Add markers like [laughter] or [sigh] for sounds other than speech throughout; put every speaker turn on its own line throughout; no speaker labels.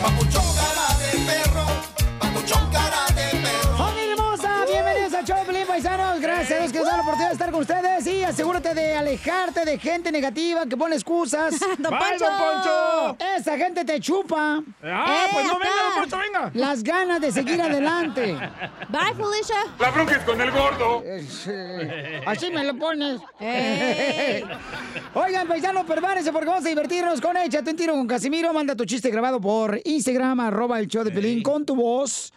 Papuchón cara de perro, papuchón cara de perro.
¡Familia hermosa! Bienvenidos a Choplin, paisanos. Gracias a Dios que nos da la oportunidad de estar con ustedes. Y asegúrate de alejarte de gente negativa que pone excusas.
[laughs] ¡Don ¡Bye, Poncho! don Poncho!
Esa gente te chupa.
Ah, pues no, venga, don Poncho, venga.
Las ganas de seguir adelante.
Bye, Felicia.
La bronca es con el gordo.
Eh, Así me lo pones. [laughs]
Ey.
Oigan, paisanos, prepárense porque vamos a divertirnos con Échate un tiro con Casimiro. Manda tu chiste grabado por Instagram, arroba el show de Pelín, con tu voz.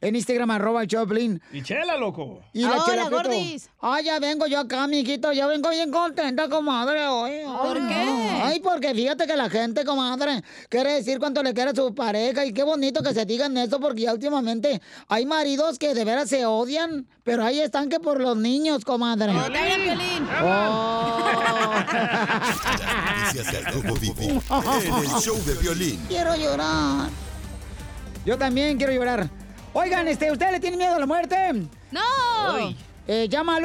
En Instagram, arroba el show de Pelín.
Y chela, loco.
Y la
Hola,
Chela Prieto.
gordis.
Ah, ya vengo yo acá, mijito. Ya vengo bien contenta, comadre, hoy.
¿Por
Ay,
qué?
Ay, porque fíjate que la gente, comadre, quiere decir cuánto le quiere a su pareja. Y qué bonito que se digan eso, porque ya últimamente hay maridos que de veras se odian, pero ahí están que por los niños, comadre.
No te hablan, Piolín.
Ah.
Noticias del Rojo Vivo en el show de violín.
Quiero llorar. Yo también quiero llorar. Oigan, este, ¿usted le tiene miedo a la muerte?
¡No!
Eh, llama al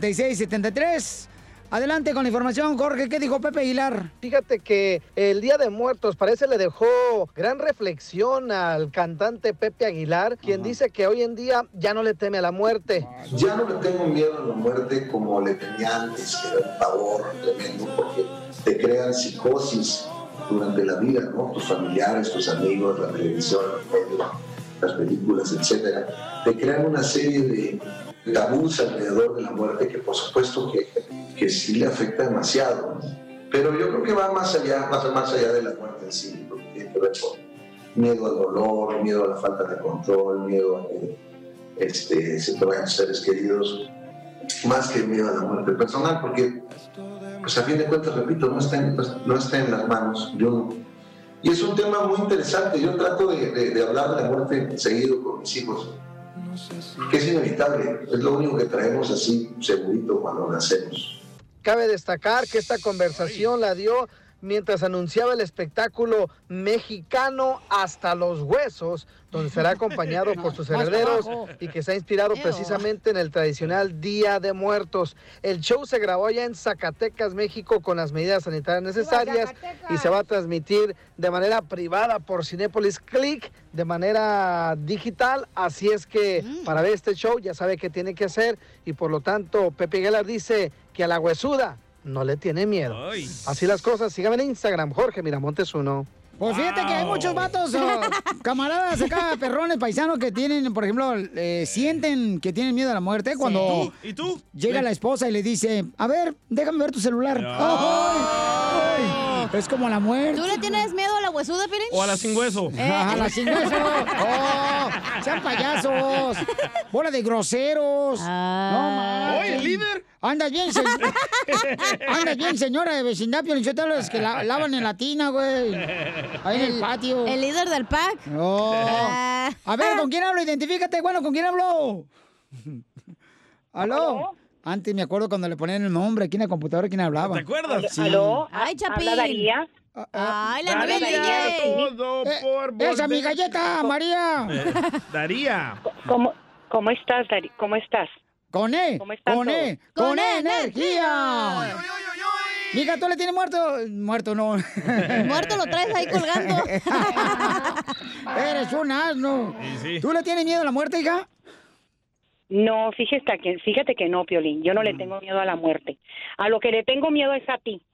1-855-570-5673. Adelante con la información, Jorge. ¿Qué dijo Pepe Aguilar?
Fíjate que el Día de Muertos parece le dejó gran reflexión al cantante Pepe Aguilar, quien dice que hoy en día ya no le teme a la muerte.
Ya no le tengo miedo a la muerte como le tenía antes, que era un pavor tremendo, porque te crean psicosis durante la vida, ¿no? Tus familiares, tus amigos, la televisión, los medios, las películas, etcétera. Te crean una serie de tabús alrededor de la muerte que, por supuesto, que, que sí le afecta demasiado. ¿no? Pero yo creo que va más allá, más, más allá de la muerte en sí, porque tiene que ver con miedo al dolor, miedo a la falta de control, miedo a que este, se te vayan tus seres queridos, más que miedo a la muerte personal, porque, pues a fin de cuentas, repito, no está en, pues, no está en las manos de uno. Y es un tema muy interesante, yo trato de, de- de hablar de la muerte seguido con mis hijos, que es inevitable, es lo único que traemos así segurito cuando nacemos.
Cabe destacar que esta conversación la dio mientras anunciaba el espectáculo mexicano hasta los huesos, donde será
[laughs]
acompañado por sus
más
herederos
abajo.
y que se ha inspirado
Eo.
precisamente en el tradicional Día de Muertos. El show se grabó allá en Zacatecas, México, con las medidas sanitarias necesarias y se va a transmitir de manera privada por Cinépolis Click, de manera digital. Así es que para ver este show ya sabe qué tiene que hacer y por lo tanto Pepe Aguilar dice que a la huesuda no le tiene miedo.
Ay.
Así las cosas, síganme en Instagram, Jorge Miramontes uno.
Pues fíjate que hay
Wow.
muchos
[laughs]
vatos, oh,
[laughs]
camaradas [laughs] acá, perrones, paisanos que tienen, por ejemplo, eh, sienten que tienen miedo a la muerte cuando
¿Y tú?
llega la esposa y le dice, a ver, déjame ver tu celular. Ay, [laughs] ay, es como la muerte.
¿Tú le tienes miedo a la huesuda, Piolín? Eh,
O a la sin hueso.
Ajá, Eh, la
[laughs]
sin hueso. ¡Oh! ¡Sean payasos! ¡Bola de groseros!
Ah.
¡No
Oye,
manches.
líder.
Andas
[laughs]
bien, se- Andas bien, señora de vecindad, Piolichotelo, es que la- lavan en la tina, güey. Ahí en el patio.
El líder del pack.
No.
Ah.
A ver, ¿con quién hablo? Identifícate, bueno, ¿con quién hablo? ¿Aló? Antes me acuerdo cuando le ponían el nombre aquí en la computadora, ¿quién hablaba?
¿Te acuerdas?
Sí.
¿Aló?
Ay, Chapín.
Habla Daría.
Ah, ah,
Ay, la novia
Dale,
del
dale,
DJ.
Todo
eh,
por
¡Esa, mi
volver-
galleta, María!
Eh, Daría.
¿Cómo, cómo estás, Dari? ¿Cómo estás?
Con E,
¿Cómo están
con E,
todos?
con
Con
E
energía.
energía. Mija, ¿tú le tienes muerto? Muerto no.
[laughs] Muerto lo traes ahí colgando.
[laughs] Eres un asno.
Sí, sí.
¿Tú le tienes miedo a la muerte, hija?
No, fíjate que, fíjate que no, Piolín. Yo no
Mm.
le tengo miedo a la muerte. A lo que le tengo miedo es a ti.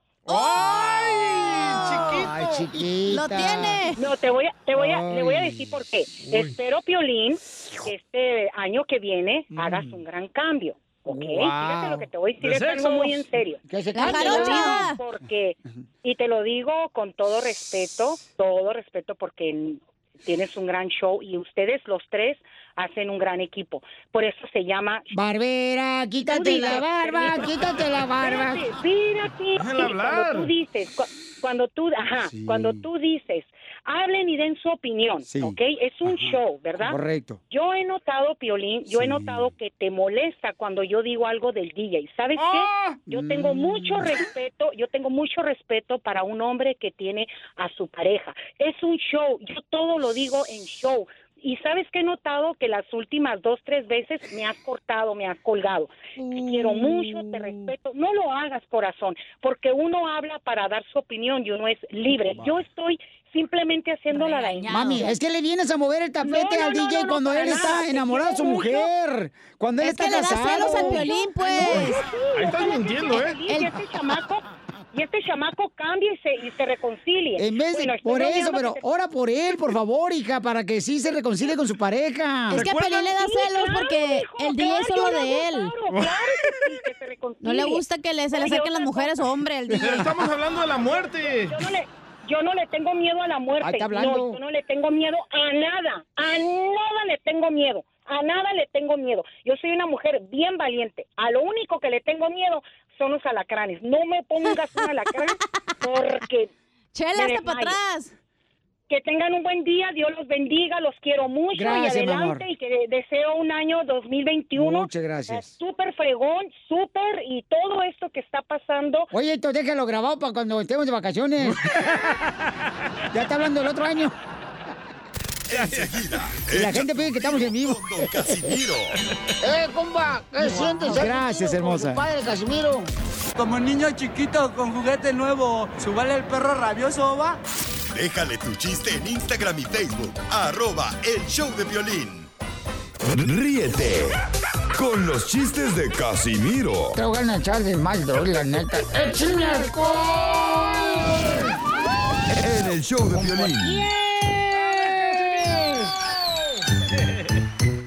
Ay, chiquita.
Lo tiene.
No, te voy a, te voy a, le voy a
Ay.
decir por qué. Espero, Piolín, que este año que viene hagas un gran cambio. ¿Ok? Fíjate lo que te voy a decir.
Mm. De
Es algo
sexos.
muy en serio.
Que se
La
calle,
jarocha.
ya.
Ah.
Porque, y te lo digo con todo respeto, todo respeto porque tienes un gran show y ustedes los tres hacen un gran equipo. Por eso se llama...
Barbera, quítate
dices,
la barba,
permiso.
quédate la barba.
Espérate, espérate.
Déjala hablar.
Cuando tú dices, cu- cuando tú, ajá,
Sí.
cuando tú dices, hablen y den su opinión,
Sí.
¿ok? Es un show, ¿verdad?
Correcto.
Yo he notado, Piolín, yo he
Sí.
notado que te molesta cuando yo digo algo del DJ. ¿Sabes qué? Yo
Mm.
tengo mucho respeto, yo tengo mucho respeto para un hombre que tiene a su pareja. Es un show, yo todo lo digo en show. Y sabes que he notado que las últimas dos, tres veces me has cortado, me has colgado. Te quiero mucho,
Mm.
te respeto. No lo hagas, corazón, porque uno habla para dar su opinión y uno es libre. Yo estoy simplemente haciéndola la engañada.
Mami, es que le vienes a mover el tapete
No, no,
al
no,
DJ
no, no,
cuando
para
él
nada,
está
te
enamorado de su
quiero mucho.
mujer. Cuando él
Es
está
que le da
casado.
celos al violín, pues.
Ahí estás
Ojalá que
mintiendo,
se
¿eh?
feliz Y
El-
este chamaco, y este chamaco cambie y se, y se reconcilie.
En vez de,
Bueno, estoy
por eso,
bromeando
pero
porque-
ora por él, por favor, hija, para que sí se reconcilie con su pareja.
Es que a Pelín le da
Sí,
celos
claro,
porque
hijo,
el DJ es
claro,
solo de
yo le hago
él.
claro, claro que sí, que se
No le
reconcilie.
gusta que le, se le
Oye,
acerquen las
otra
mujeres o hombre al
Pero
DJ.
estamos hablando de la muerte.
Yo no le, yo no le tengo miedo a la
Ahí
muerte.
está hablando.
no, yo no le tengo miedo a nada. A nada le tengo miedo. A nada le tengo miedo. Yo soy una mujer bien valiente. A lo único que le tengo miedo son los alacranes. No me pongas un alacrán
[laughs]
porque
Chela,
Me
hasta para
desmayo.
atrás.
que tengan un buen día, Dios los bendiga, los quiero mucho
Gracias,
y
mi amor.
adelante y que de- deseo un año 2021
Muchas gracias.
súper fregón, súper y todo esto que está pasando
Oye, esto déjalo grabado para cuando estemos de vacaciones. ya está hablando el otro año.
Enseguida,
Y la
échate
gente pide que estamos en vivo.
con Don Casimiro.
¡Eh, compa! ¿Qué sientes?
Gracias, hermosa.
Padre Casimiro.
Como niño chiquito con juguete nuevo, subale el perro rabioso, va.
Déjale tu chiste en Instagram y Facebook. Arroba El Show de Violín. Ríete con los chistes de Casimiro.
[laughs] Te voy a echar de mal, droga, la neta. ¡Échame [laughs] alcohol!
En El Show de Violín.
[laughs]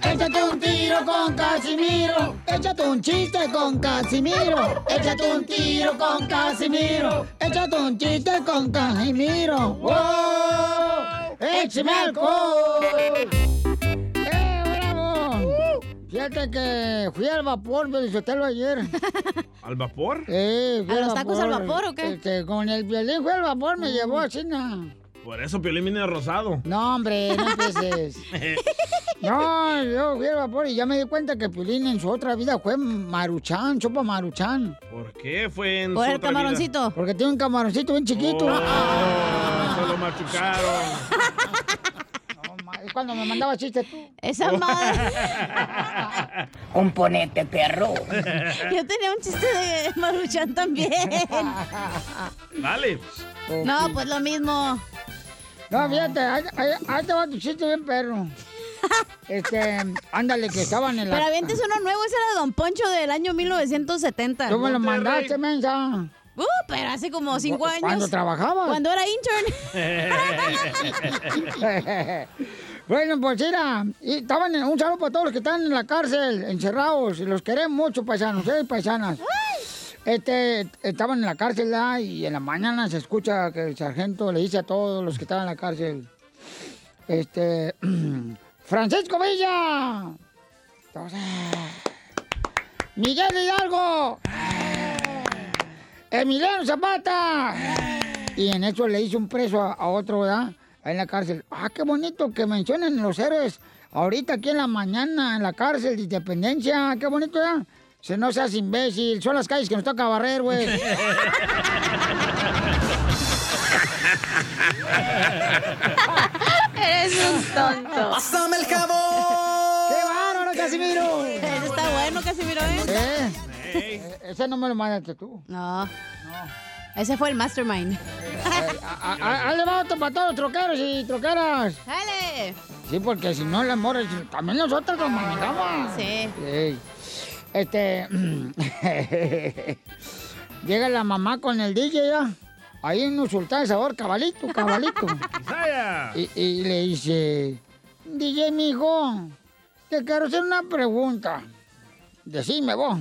Échate un tiro con Casimiro. Échate un chiste con Casimiro. Échate un tiro con Casimiro. Échate un chiste con Casimiro. ¡Wow! ¡Échame alcohol! ¡Eh, bravo! Fíjate que fui al vapor, Felicitelo
[laughs]
ayer.
¿Al vapor?
Eh, fui
¿A los tacos al vapor o qué?
Este, con el violín fui al vapor, me llevó así, nada.
Por eso Piolín viene rosado.
No, hombre, no
[laughs]
empieces. No, yo fui al vapor y ya me di cuenta que Piolín en su otra vida fue Maruchan, sopa Maruchan.
[laughs] ¿Por qué fue en
Por
su
el
otra vida?
camaroncito.
Porque tiene un camaroncito bien chiquito.
Oh, se lo machucaron.
No, ma- es cuando me mandaba chistes tú.
Esa madre.
Componente,
[laughs]
perro.
Yo tenía un chiste de Maruchan
[laughs]
también.
Dale.
No, pues lo mismo.
No, fíjate, ahí, ahí, ahí te va tu chiste bien
[laughs]
perro. Este, ándale, que estaban en la...
Pero avientes uno nuevo, ese era de Don Poncho del año 1970.
Tú me lo
Monterrey.
mandaste, mensa.
Uh, pero hace como cinco años.
Cuando trabajabas.
Cuando era
[laughs]
intern.
[laughs] bueno, pues mira, y estaban en- un saludo para todos los que están en la cárcel, encerrados, y los queremos mucho, paisanos, ¿eh? paisanas. Este, estaban en la cárcel ¿verdad? y en la mañana se escucha que el sargento le dice a todos los que estaban en la cárcel, este, [clears throat] Francisco Villa, Todos, "Ah". Miguel Hidalgo, Emiliano Zapata. Y en eso le hizo un preso a, a otro, ¿verdad? Ahí en la cárcel. Ah, qué bonito que mencionen los héroes. Ahorita aquí en la mañana, en la cárcel de Independencia. Qué bonito, ¿verdad? Si no seas imbécil, son las calles que nos toca barrer,
[laughs]
güey.
[laughs] Eres un tonto.
¡Pásame el jabón!
¡Qué bárbaro, Casimiro!
Ese está bueno, Casimiro, ¿eh?
¿Eh? E- Ese no me lo mandaste tú.
No. Ese fue el mastermind.
Eh, A- a- Hazle vato para todos los troqueros y troqueras.
¡Dale!
Sí, porque si no, las morras, también nosotros los manejamos.
Sí.
Ey. Este. [clears throat] Llega la mamá con el DJ ya. Ahí en un sultán de sabor, cabalito, cabalito.
Saya.
Y, y le dice: DJ, mijo, te quiero hacer una pregunta. Decime vos.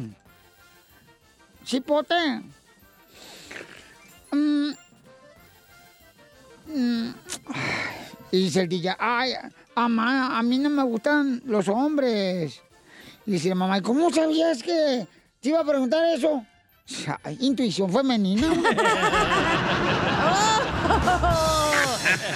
Chipote. Mm. Mm. Y dice el DJ: Ay, mamá, a mí no me gustan los hombres. Y dice la mamá, ¿y cómo sabías que te iba a preguntar eso? Ay, Intuición femenina.
este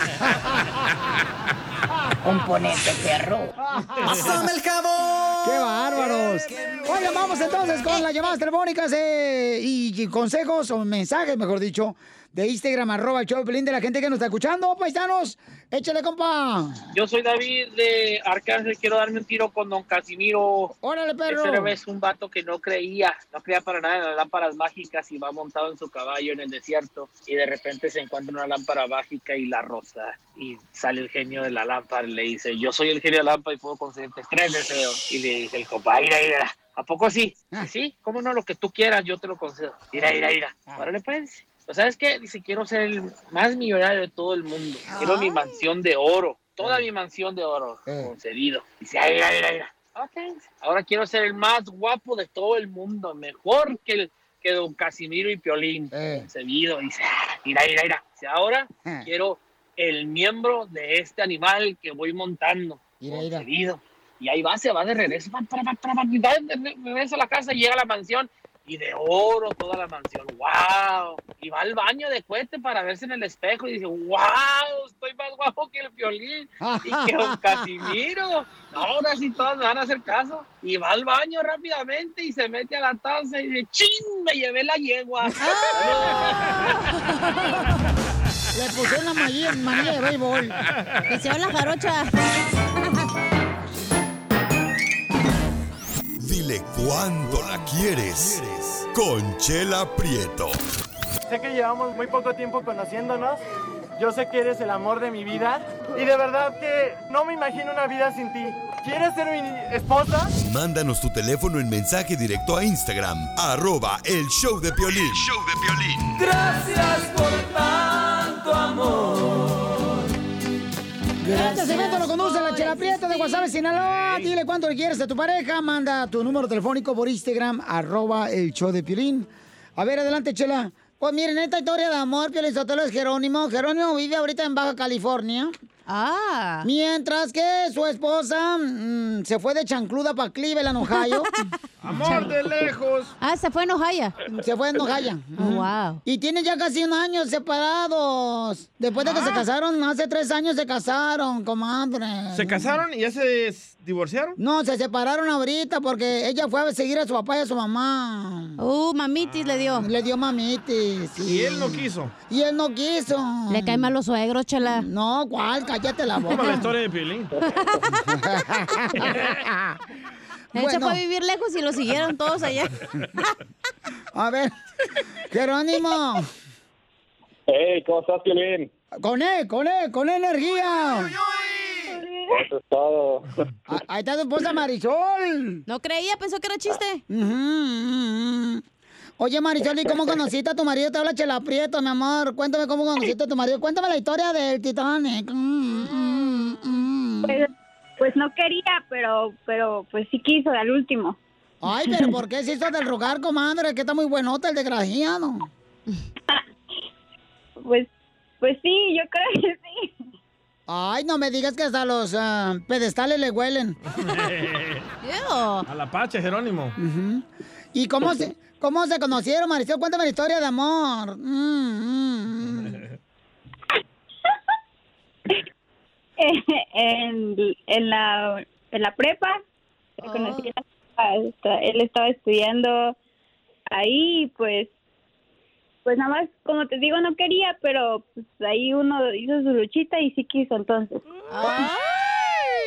Componente, perro.
¡Pásame el jabón!
¡Qué bárbaros! Oigan, vamos entonces con las llamadas telefónicas eh, y, y consejos o mensajes, mejor dicho, de Instagram, arroba el show de Piolín, de la gente que nos está escuchando, paisanos. Échale, compa.
Yo soy David de Arcángel, quiero darme un tiro con don Casimiro.
Órale, perro.
Ese era es un vato que no creía, no creía para nada en las lámparas mágicas y va montado en su caballo en el desierto y de repente se encuentra una lámpara mágica y la rosa y sale el genio de la lámpara y le dice, yo soy el genio de la lámpara y puedo concederte tres deseos. Y le dice el compa, ira, ira, ¿a poco sí? Sí, ¿cómo no? Lo que tú quieras, yo te lo concedo. Ira, ira, ira. Órale, pues. Pues, ¿sabes qué? Dice, quiero ser el más millonario de todo el mundo. Quiero mi mansión de oro. Toda mi mansión de oro. Concedido. Dice, ay, mira, mira, mira. Ok. Ahora quiero ser el más guapo de todo el mundo. Mejor que, el, que don Casimiro y Piolín. Concedido. Dice, ah, mira, mira, mira. Dice, ahora
Eh.
quiero el miembro de este animal que voy montando. Concedido. Y ahí va, se va de regreso. pa, pa, pa, pa, pa, y va de re- regreso a la casa, llega a la mansión y de oro toda la mansión. ¡Wow! Y va al baño de cohete para verse en el espejo y dice, ¡Wow! Estoy más guapo que el violín y que don Casimiro. No, Ahora sí todas me van a hacer caso. Y va al baño rápidamente y se mete a la taza y dice, ¡Chin! Me llevé la
[laughs]
yegua.
Le pusieron la manía, manía de béisbol.
Hicieron la jarocha.
Dile cuándo la quieres. Conchela Prieto.
Sé que llevamos muy poco tiempo conociéndonos. Yo sé que eres el amor de mi vida. Y de verdad que no me imagino una vida sin ti. ¿Quieres ser mi esposa?
Mándanos tu teléfono en mensaje directo a Instagram, arroba el show de Piolín.
[laughs] Gracias por tanto amor.
Este segmento lo conduce la Chela Prieta de WhatsApp Sinaloa. Dile cuánto le quieres a tu pareja. Manda tu número telefónico por Instagram, arroba el show de Piolín. A ver, adelante, Chela. Pues miren, esta historia de amor, Piolín Sotelo es Jerónimo. Jerónimo vive ahorita en Baja California.
Ah.
Mientras que su esposa mm, se fue de chancluda para Cleveland, Ohio.
Amor de lejos.
Ah, se fue en Ohio. Se fue en Ohio. wow. Y tiene ya casi un año separados. Después de
Ah.
que se casaron, hace tres años se casaron, comadre.
¿Se casaron y ya se s- divorciaron?
No, se separaron ahorita porque ella fue a seguir a su papá y a su mamá. Uh, mamitis le dio. Le dio mamitis. sí.
Y él no quiso.
Y él no quiso. Le caen mal los suegros, chela. No, cuál, cállate la
Como la
boca.
historia
[laughs]
de Pilín.
Él se
Bueno.
fue a vivir lejos y lo siguieron
[laughs]
todos allá.
A ver, Jerónimo.
Hey, ¿cómo estás, Piolín?
Con él, con él, con E energía.
Eso es todo.
Ah, Ahí está tu esposa Marisol.
No creía, pensó que era chiste.
Oye, Marisol, ¿y cómo conociste a tu marido? Te habla Chela Prieto, mi amor. Cuéntame cómo conociste a tu marido. Cuéntame la historia del Titanic. Mm,
Pues, pues no quería, pero, pero pues sí quiso al último.
Ay, pero ¿por qué se hizo del rogar, comadre? Que está muy buenota el desgraciado.
[laughs] Pues, pues sí, yo creo que sí.
Ay, no me digas que hasta los ah, pedestales le huelen.
A la pacha, Jerónimo.
¿Y cómo se, cómo se conocieron, Marisol? Cuéntame la historia de amor. Mm,
[laughs]
[laughs] En, en la, en la prepa, le
Ah.
conocí en la prepa, esta- él estaba estudiando ahí, pues, pues nada más, como te digo, no quería, pero pues, ahí uno hizo su luchita y sí quiso entonces.
Ah.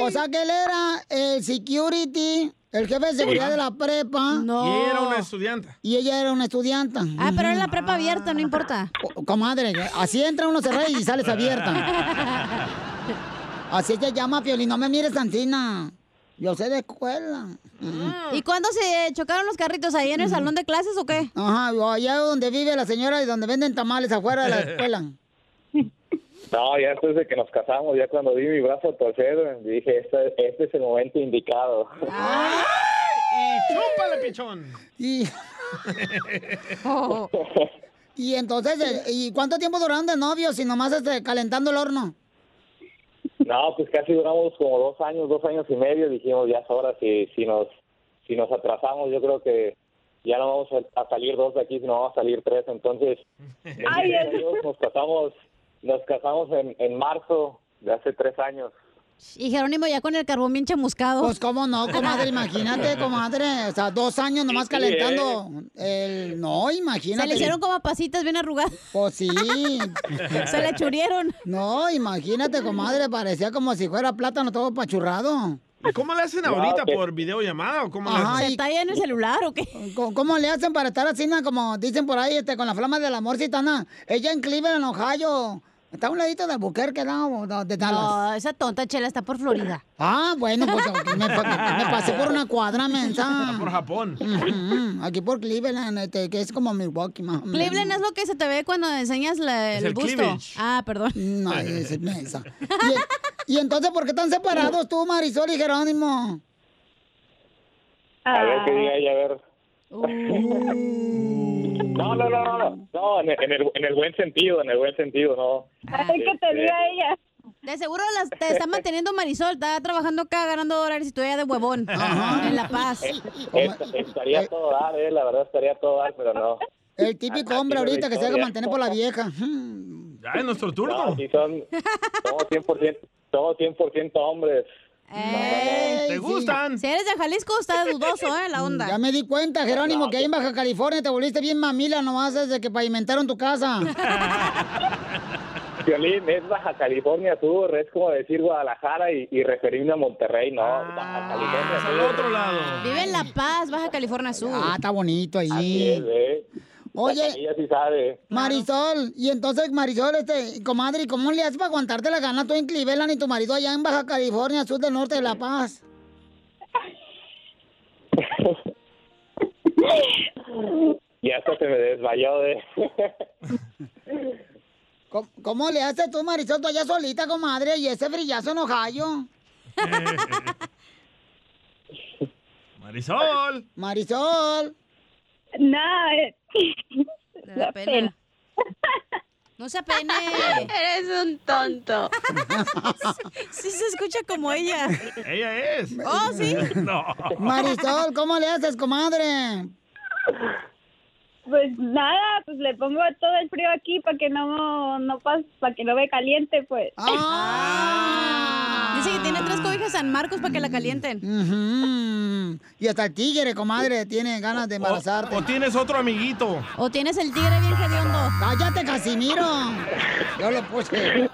O sea que él era el security, el jefe de seguridad de la prepa.
Y
Oh.
era una estudiante. [laughs]
Y ella era una estudianta. Ah, pero era la prepa abierta, no importa. comadre, así entra uno cerrada y sales [laughs] abierta. Así te llama, Piolín. No me mires, Santina. Yo sé de escuela.
¿Y cuándo se chocaron los carritos? ¿Ahí en el salón de clases o qué?
Ajá, Ah, o allá donde vive la señora y donde venden tamales afuera
[laughs]
de la escuela.
No, ya después de que nos casamos, ya cuando vi mi brazo torcer, dije, este, este es el momento indicado. [laughs]
Y chúpale, pichón.
[laughs]
Y, y entonces, eh, ¿y cuánto tiempo duraron de novios y nomás este, calentando el horno?
No, pues casi duramos como dos años, dos años y medio. Dijimos, ya es hora, si, si, nos, si nos atrasamos, yo creo que ya no vamos a, a salir dos de aquí, sino vamos a salir tres. Entonces, bendito
Ay,
sea
Dios.
Dios, nos casamos, nos casamos en, en marzo de hace tres años.
Y Jerónimo ya con el carbón bien chamuscado.
Pues cómo no, comadre,
[laughs]
imagínate, comadre. O sea, dos años nomás
Sí, eh.
calentando
eh.
el... No, imagínate.
Se le hicieron como pasitas bien arrugadas.
Pues sí.
[laughs] Se le churieron.
No, imagínate, comadre, parecía como si fuera plátano todo pachurrado.
¿Y ¿Cómo le hacen
No,
ahorita?
que-
¿Por videollamada o cómo
Ajá,
le
y-
hacen?
¿Cómo, cómo le hacen para estar así, na, como dicen por ahí, este, con la flama del amor citana? Ella en Cleveland, Ohio. Está a un ladito de Albuquerque, ¿no? O De Dallas.
No, esa tonta chela está por Florida.
Ah, bueno, pues ok, me, pa- me pasé por una cuadra,
[laughs]
mensa.
Por Japón.
Ujú, Aquí por Cleveland, este, que es como Milwaukee, más o menos.
Cleveland es lo que se te ve cuando enseñas la-
Es
el,
el
busto.
cleavage.
Ah, perdón.
No, es inmensa. Y, y entonces, ¿por qué están separados tú, Marisol y Jerónimo?
A ver qué diga ella, a ver. No, no, no, no, no, no, en, el- en el, en el buen sentido, en el buen sentido, no. Este,
ella. De seguro las, te está manteniendo Marisol, está trabajando acá ganando dólares y tú ya de huevón. En La Paz.
eh, est- Estaría a todo dar, eh, la verdad estaría a todo dar, pero no.
El típico
Así
hombre
es la
ahorita que se deja
historia.
mantener por la vieja. Mm.
Ya, es nuestro turno. No, sí son todos 100%, todos 100 hombres.
¿Te gustan? Si eres de Jalisco, está dudoso, ¿eh? La onda.
Ya me di cuenta, Jerónimo, que ahí en Baja California te volviste bien mamila nomás desde que pavimentaron tu
[laughs]
casa.
Violín, es Baja California Sur, es como decir Guadalajara y, y referirme a Monterrey, no, Baja California Sur. otro lado.
Vive en La Paz, Baja California Sur.
Ah, está bonito
Así es,
allí.
eh.
Oye.
Ella sí sabe.
Marisol, y entonces Marisol, este, comadre, ¿cómo le haces para aguantarte la gana tú en Cleveland y tu marido allá en Baja California, sur del norte de La Paz?
Y hasta se me desmayó de...
¿Cómo, cómo le haces tú, Marisol, tú allá solita, comadre, y ese brillazo en Ohio?
[laughs] Marisol.
Marisol.
No, eh,
Da pena. No se apene. [laughs] Eres un tonto. [laughs] sí, se escucha como ella.
Ella es.
Oh,
[laughs]
sí.
[laughs] No.
Marisol, ¿cómo le haces, comadre?
pues nada, pues le pongo todo el frío aquí para que no, no pas- para que no ve caliente, pues.
Ah.
Dice que tiene tres cobijas San Marcos para que la calienten.
Ujú. Y hasta el tigre, comadre, tiene ganas de embarazarte.
O tienes otro amiguito.
O tienes el tigre bien hediondo.
¡Cállate, Casimiro! Yo lo puse.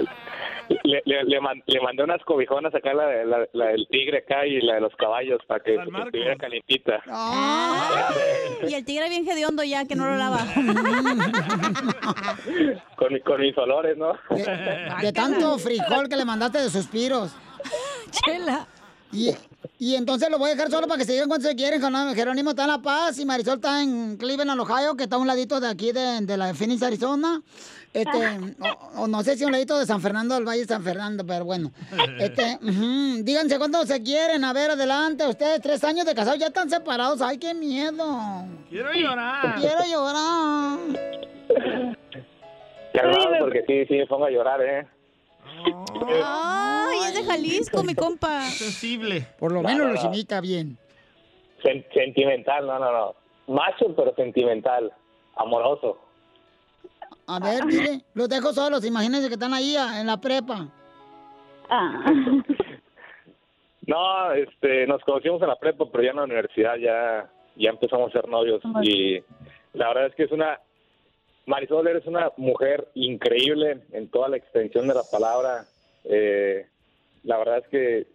Le, le, le, man- le mandé unas cobijonas acá, la, de- la, la del tigre acá y la de los caballos para que estuviera calientita.
Y el tigre bien hediondo ya, que no lo lava.
Con, mi- con mis olores, ¿no?
De tanto frijol que le mandaste de suspiros.
Chela.
Y, y entonces lo voy a dejar solo para que se digan cuánto se quieren. Jerónimo- Jerónimo está en La Paz y Marisol está en Cleveland, Ohio, que está a un ladito de aquí, de, de la Phoenix, Arizona. Este, o, o no sé si un ladito de San Fernando, del Valle de San Fernando, pero bueno. Este, ujú. Díganse cuánto se quieren. A ver, adelante. Ustedes tres años de casados ya están separados. ¡Ay, qué miedo!
Quiero llorar.
Quiero llorar.
Calmado, porque sí, sí me pongo a llorar, ¿eh?
Ay, es de Jalisco, mi compa.
Sensible.
Por lo
No,
menos
no,
lo
no.
imita bien.
Sen- sentimental, no, no, no. Macho, pero sentimental. Amoroso.
Ah.
A ver, mire, los dejo solos. Imagínense que están ahí ah, en la prepa.
Ah.
No, este, nos conocimos en la prepa, pero ya en la universidad ya, ya empezamos a ser novios. Y la verdad es que es una... Marisol, eres una mujer increíble en toda la extensión de la palabra. Eh, la verdad es que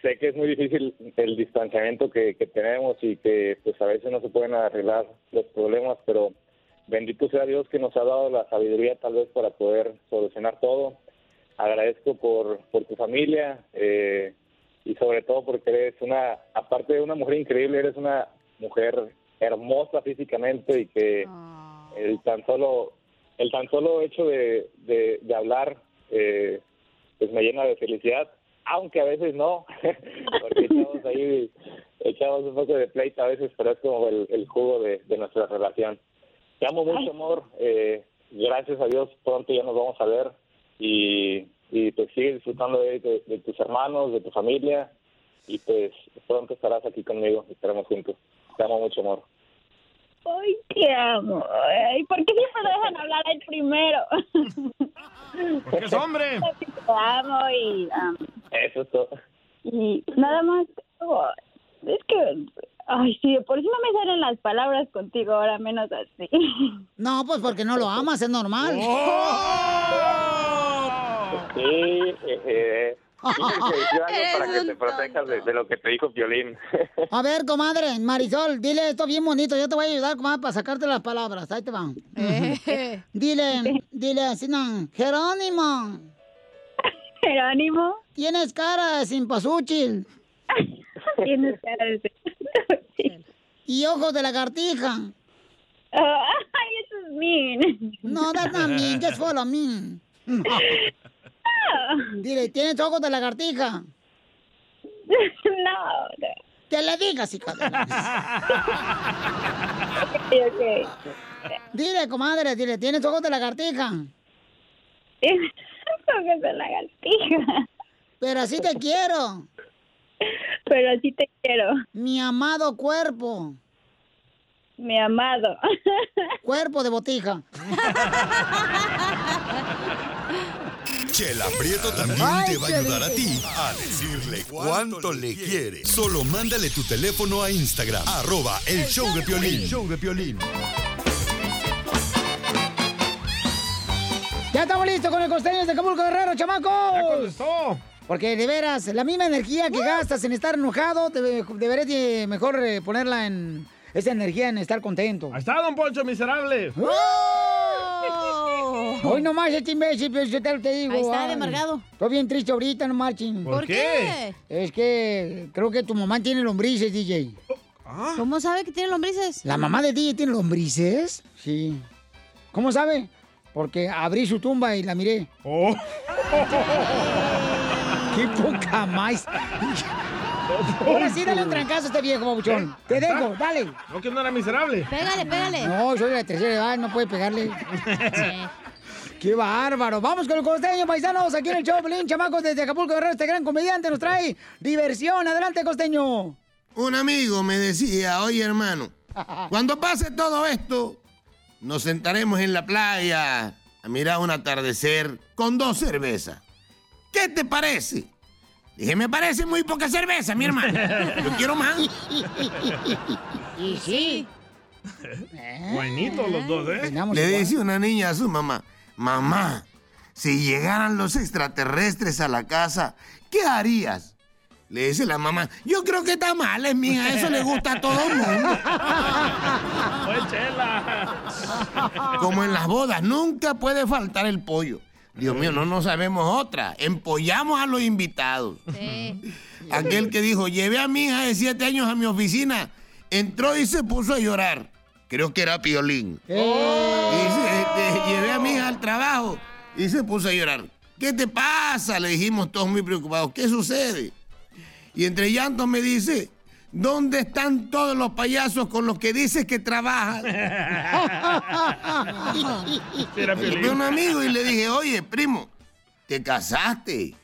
sé que es muy difícil el distanciamiento que, que tenemos y que pues a veces no se pueden arreglar los problemas, pero bendito sea Dios que nos ha dado la sabiduría tal vez para poder solucionar todo. Agradezco por, por tu familia, eh, y sobre todo porque eres una, aparte de una mujer increíble, eres una mujer hermosa físicamente y que el tan solo el tan solo hecho de, de, de hablar eh, pues me llena de felicidad, aunque a veces no, [laughs] porque echamos ahí echamos un poco de pleito a veces, pero es como el, el jugo de, de nuestra relación. Te amo mucho, amor. eh, gracias a Dios, pronto ya nos vamos a ver y, y pues sigue disfrutando de, de- de tus hermanos, de tu familia y pues pronto estarás aquí conmigo, estaremos juntos. Te amo mucho, amor.
Ay, qué amo. Ay, ¿por qué siempre lo dejan hablar el primero? [laughs]
Porque es hombre.
Te amo y am,
Eso es todo.
Y nada más, oh, es que, ay, sí, por eso no me salen las palabras contigo, ahora menos así.
No, pues porque no lo amas, es
[laughs]
normal. [laughs]
¡Oh!
Sí, eh, eh, tienes que
[laughs]
decir algo para que te protejas de, de lo que te dijo Violín.
A ver, comadre, Marisol, dile esto bien bonito. Yo te voy a ayudar, comadre, para sacarte las palabras. Ahí te van.
Eh.
[laughs]
Dile, dile así, no. Jerónimo.
Jerónimo.
Tienes cara de simpasúchil.
[laughs] Tienes cara de
Y ojos de lagartija.
Oh, [laughs] ay, eso es mean.
No, that's not mean, that's
[laughs]
follow mean. Dile, ¿tienes ojos
[laughs]
de lagartija?
No,
Que le digas, hija
[laughs]
de la- Dile, comadre, dile, ¿tienes ojos de lagartija?
[laughs] ojos de lagartija.
Pero así te quiero.
Pero así te quiero.
Mi amado cuerpo.
Mi amado. [laughs]
Cuerpo de botija.
Chela Prieto también
Ay,
te va a
qué
ayudar a
rico.
ti a decirle cuánto le quiere. Solo mándale tu teléfono a Instagram, arroba el show de Piolín. Show de Piolín.
Ya estamos listos con el costeño de Acapulco Guerrero, chamaco. Ya contestó. Uh. Porque de veras, la misma energía que gastas en estar enojado, debe- deberías de mejor eh, ponerla en esa energía en estar contento. Ahí está, don Poncho, miserable.
[laughs]
Hoy nomás este imbécil, pero yo te, lo te digo.
Ahí está,
ay.
de amargado.
Estoy bien triste ahorita, no marchen.
¿Por ¿Por qué?
Es que creo que tu mamá tiene lombrices, DJ.
¿Cómo sabe que tiene lombrices?
Ah. ¿La mamá de DJ tiene lombrices? Sí. ¿Cómo sabe? Porque abrí su tumba y la miré. ¡Oh! ¡Qué poca más! Ahora sí, dale un trancazo a este viejo, babuchón. Te dejo, dale.
¿Eh? No, que no era miserable.
Pégale, pégale.
No, soy de la tercera edad, no puede pegarle. este
[laughs]
¡Qué bárbaro! Vamos con el costeño, paisanos, aquí en el show, Pelín, chamacos desde Acapulco Guerrero, este gran comediante nos trae diversión. Adelante, costeño.
Un amigo me decía, oye
[laughs]
hermano, cuando pase todo esto, nos sentaremos en la playa a mirar un atardecer con dos cervezas. ¿Qué te parece? Dije, me parece muy poca cerveza, mi
[laughs]
hermano. Yo quiero más.
Y sí.
Buenitos los dos, ¿eh?
Le dice una niña a su mamá, mamá, si llegaran los extraterrestres a la casa, ¿qué harías? Le dice la mamá, yo creo que está mal, es mía, eso le gusta a todo el
[laughs]
mundo. Como en las bodas, nunca puede faltar el pollo. Dios mío, no nos sabemos otra. Empollamos a los invitados. Aquel que dijo, llevé a mi hija de siete años a mi oficina, entró y se puso a llorar. Creo que era Piolín. Eh. Y se- este, llevé a mi hija al trabajo y se puso a llorar. ¿Qué te pasa? Le dijimos todos muy preocupados. ¿Qué sucede? Y entre llantos me dice, ¿dónde están todos los payasos con los que dices que trabajas?
[laughs]
Era
Le
Piolín.
llamé a un amigo y le dije, oye, primo, te casaste.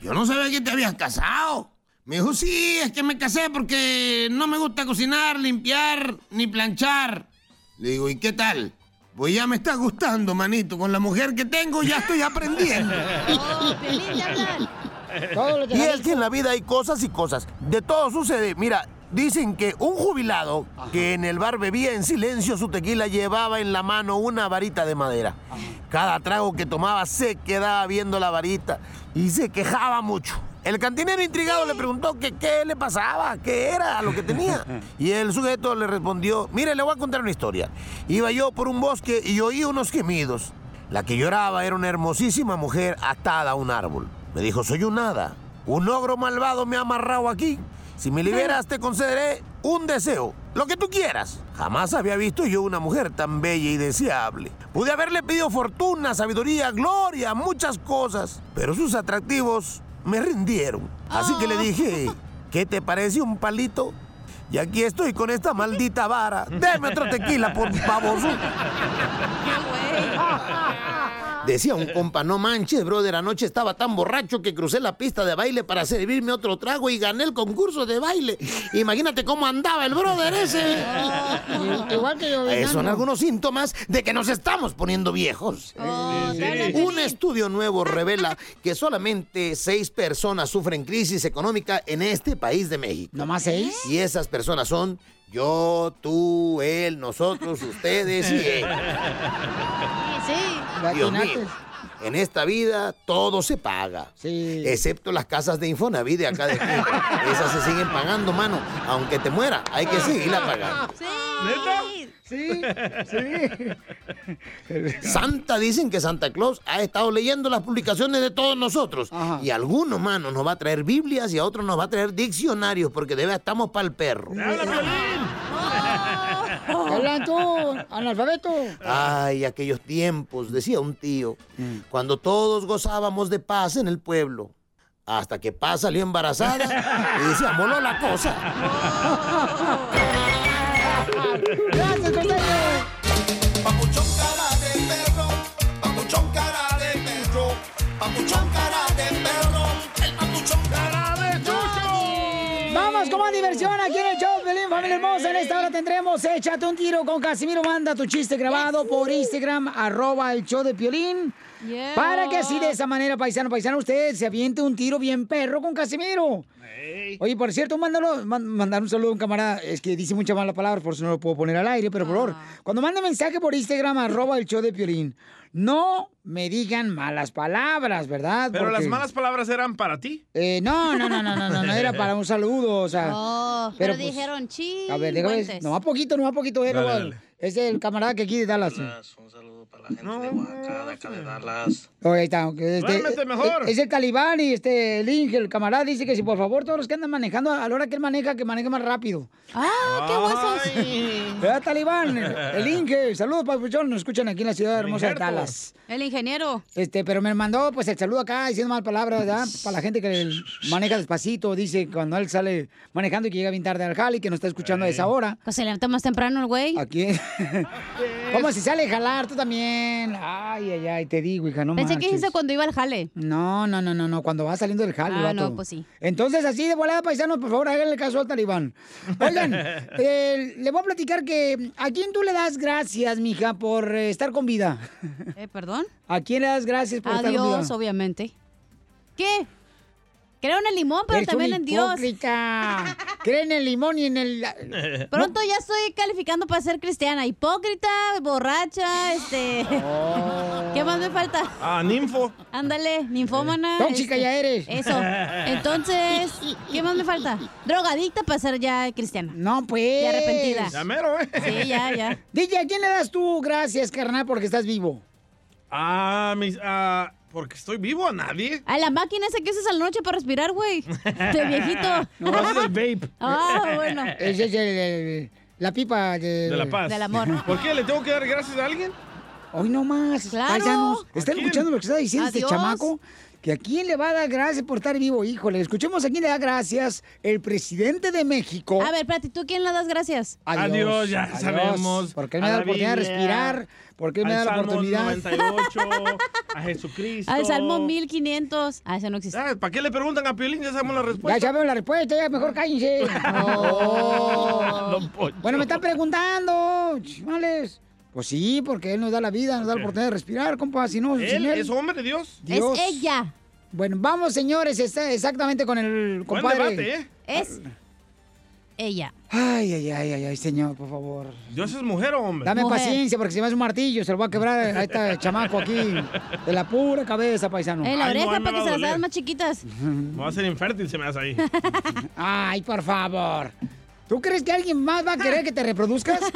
Yo no sabía que te habías casado. Me dijo, sí, es que me casé porque no me gusta cocinar, limpiar ni planchar. Le digo, ¿y qué tal? Pues ya me está gustando, manito. Con la mujer que tengo ya estoy aprendiendo. Y es que en la vida hay cosas y cosas. De todo sucede. Mira, dicen que un jubilado que en el bar bebía en silencio su tequila llevaba en la mano una varita de madera. Cada trago que tomaba se quedaba viendo la varita y se quejaba mucho. El cantinero intrigado le preguntó que qué le pasaba, qué era lo que tenía. Y el sujeto le respondió, mire, le voy a contar una historia. Iba yo por un bosque y oí unos gemidos. La que lloraba era una hermosísima mujer atada a un árbol. Me dijo, soy un hada. Un ogro malvado me ha amarrado aquí. Si me liberas te concederé un deseo, lo que tú quieras. Jamás había visto yo una mujer tan bella y deseable. Pude haberle pedido fortuna, sabiduría, gloria, muchas cosas, pero sus atractivos me rindieron. Así que le dije, ¿qué te parece un palito? Y aquí estoy con esta maldita vara. Deme otro tequila, por favor. Decía un compa, no manches, brother, anoche estaba tan borracho que crucé la pista de baile para servirme otro trago y gané el concurso de baile. Imagínate cómo andaba el brother ese.
Igual que yo.
Eh, son algunos síntomas de que nos estamos poniendo viejos.
Oh,
Un estudio nuevo revela que solamente seis personas sufren crisis económica en este país de México.
¿Nomás seis?
Y esas personas son yo, tú, él, nosotros, ustedes y
[laughs]
él. Dios mío. En esta vida todo se paga, excepto las casas de Infonavit de acá de aquí.
[laughs]
Esas se siguen pagando, mano. Aunque te muera, [laughs] hay que seguirla
[laughs]
pagando.
Sí,
Santa dicen que Santa Claus ha estado leyendo las publicaciones de todos nosotros. Y a algunos, mano, nos va a traer Biblias y a otros nos va a traer diccionarios porque de verdad estamos para el perro.
Hablan tú, analfabeto.
Ay, aquellos tiempos, decía un tío, cuando todos gozábamos de paz en el pueblo. Hasta que paz salió embarazada y se amoló la
[laughs]
cosa.
Gracias, costeño.
Papuchón cara de perro, papuchón cara de perro, el papuchón cara de chucho.
Vamos con más diversión aquí en el show, Pelín, familia hermosa. En esta hora tendremos Échate un tiro con Casimiro. Manda tu chiste grabado por Instagram, arroba el show de Piolín.
Yeah.
Para que así de esa manera, paisano, paisano, usted se aviente un tiro bien perro con Casimiro. Oye, por cierto, mándalo, man- mandar un saludo a un camarada. Es que dice muchas malas palabras, por eso no lo puedo poner al aire, pero por favor, cuando mande mensaje por Instagram, arroba el show de Piolín, no me digan malas palabras, ¿verdad?
Pero las
Porque-
malas palabras eran para ti.
eh, no, no, no, no, no, no, no era para un saludo, o sea.
Oh, pero,
pues,
dijeron chi.
A ver, déjame ver. No, a poquito, no, a poquito era.
Dale,
igual.
dale.
Es el camarada que aquí de Dallas.
Acá, de acá de Dallas.
Oh, ahí está. Este,
Duérmete mejor.
Es, el talibán y este, el Inge, el camarada, dice que si por favor todos los que andan manejando, a la hora que él maneja, que maneje más rápido. ¡Ah,
qué guasos.
¿Verdad, talibán? El Inge, saludos, papuchón. Nos escuchan aquí en la ciudad hermosa de
Injerto.
Dallas.
El ingeniero.
Este, pero me mandó pues el saludo acá diciendo mal palabras, ¿verdad? Para la gente que maneja despacito, dice cuando él sale manejando y que llega bien tarde al jale y que no está escuchando a esa hora.
Pues se levanta más temprano el güey.
Aquí. ¿Cómo si sale a jalar tú también? Ay, ay, ay, te digo, hija, no
Pensé que
marches.
dijiste cuando iba al jale.
No, no, no, no, no, cuando va saliendo del jale,
Ah,
vato.
no, pues sí.
Entonces, así de volada, paisanos, por favor, háganle caso al talibán.
[laughs]
Oigan, eh, le voy a platicar que, ¿a quién tú le das gracias, mija, por eh, estar con vida?
Eh, perdón.
¿A quién le das gracias por
A
estar con vida?
Dios, obviamente. ¿Qué? Creo en el limón, pero
Eres
también
una
en Dios.
hipócrita. Cree en el limón y en el...
Pronto ya estoy calificando para ser cristiana. Hipócrita, borracha, este.
Oh.
[laughs] ¿Qué más me falta?
Ah, ninfo.
Ándale, ninfómana.
Tóxica
este,
ya eres.
Eso. Entonces, ¿qué más me falta? Drogadicta para ser ya cristiana.
No, pues.
Y arrepentida.
Ya mero, ¿eh?
Sí, ya, ya.
DJ, ¿a quién le das tú gracias, carnal, porque estás vivo?
Ah, [laughs] mis. Ah, porque estoy vivo a nadie.
A la máquina esa que usas a la noche para respirar,
[laughs]
güey. De
[laughs]
viejito.
No, ese es el vape.
Ah, bueno.
Ese es el- el- la pipa de...
De la paz.
[laughs]
¿Por qué? ¿Le tengo que dar gracias a alguien?
Hoy no más.
Claro.
Paisanos,
¿A
¿están
quién?
escuchando lo que está diciendo
¿A
este
Dios?
chamaco? Que a quién le va a dar gracias por estar vivo, híjole. Escuchemos a quién le da gracias el presidente de México.
A ver, espérate, ¿tú quién le das gracias?
Adiós,
Adiós, ya sabemos.
Porque él me
A
da la
la
oportunidad de
Biblia.
respirar. Porque él me
Al
da la
Salmo
oportunidad.
98, a Jesucristo.
Al Salmo 1500. Ah, ese no existe.
¿Para qué le preguntan a Piolín? Ya sabemos
Ya
la
Pues
respuesta.
sabemos la respuesta, ya mejor
[laughs]
cállense. Oh.
Don
Pues
Poncho.
Bueno, me están preguntando, chimales. Pues sí, porque él nos da la vida, nos da la oportunidad de respirar, compa. Si no,
Él
sin él.
es hombre de Dios.
Dios.
Es ella.
Bueno, vamos, señores, está exactamente con el
Buen
compadre.
debate, ¿eh?
Es ella.
Ay, ay, ay, ay, ay, señor, por favor.
¿Dios es mujer o hombre?
Dame paciencia, porque si me hace un martillo, se lo va a quebrar a
[laughs]
este chamaco aquí. De la pura cabeza, paisano.
En Eh, la
Ay, no,
oreja
ahí me
para que
va a
se las
doler.
hagas más chiquitas.
Me va a ser infértil se me hace ahí.
Ay, por favor. ¿Tú crees que alguien más va a querer que te
[laughs]
reproduzcas? [laughs]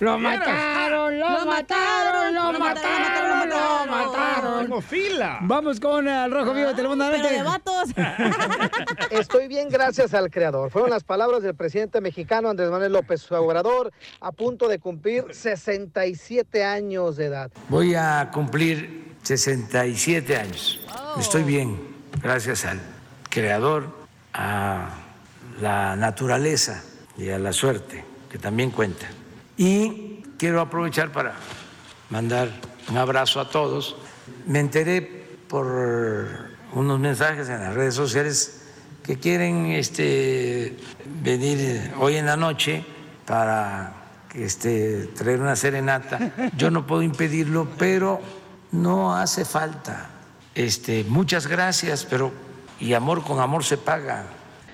Lo mataron, lo mataron, lo mataron, lo mataron.
Tengo fila.
Vamos pues, con el Rojo Vivo de Telemundo. adelante.
[laughs] Estoy bien gracias al creador. Fueron las palabras del presidente mexicano Andrés Manuel López Obrador a punto de cumplir 67 años de edad.
Voy a cumplir 67 años. Estoy bien, gracias al creador, a la naturaleza y a la suerte, que también cuenta. Y Quiero aprovechar para mandar un abrazo a todos. Me enteré por unos mensajes en las redes sociales que quieren este, venir hoy en la noche para este, traer una serenata. Yo no puedo impedirlo, pero no hace falta. Este, muchas gracias, pero y amor con amor se paga.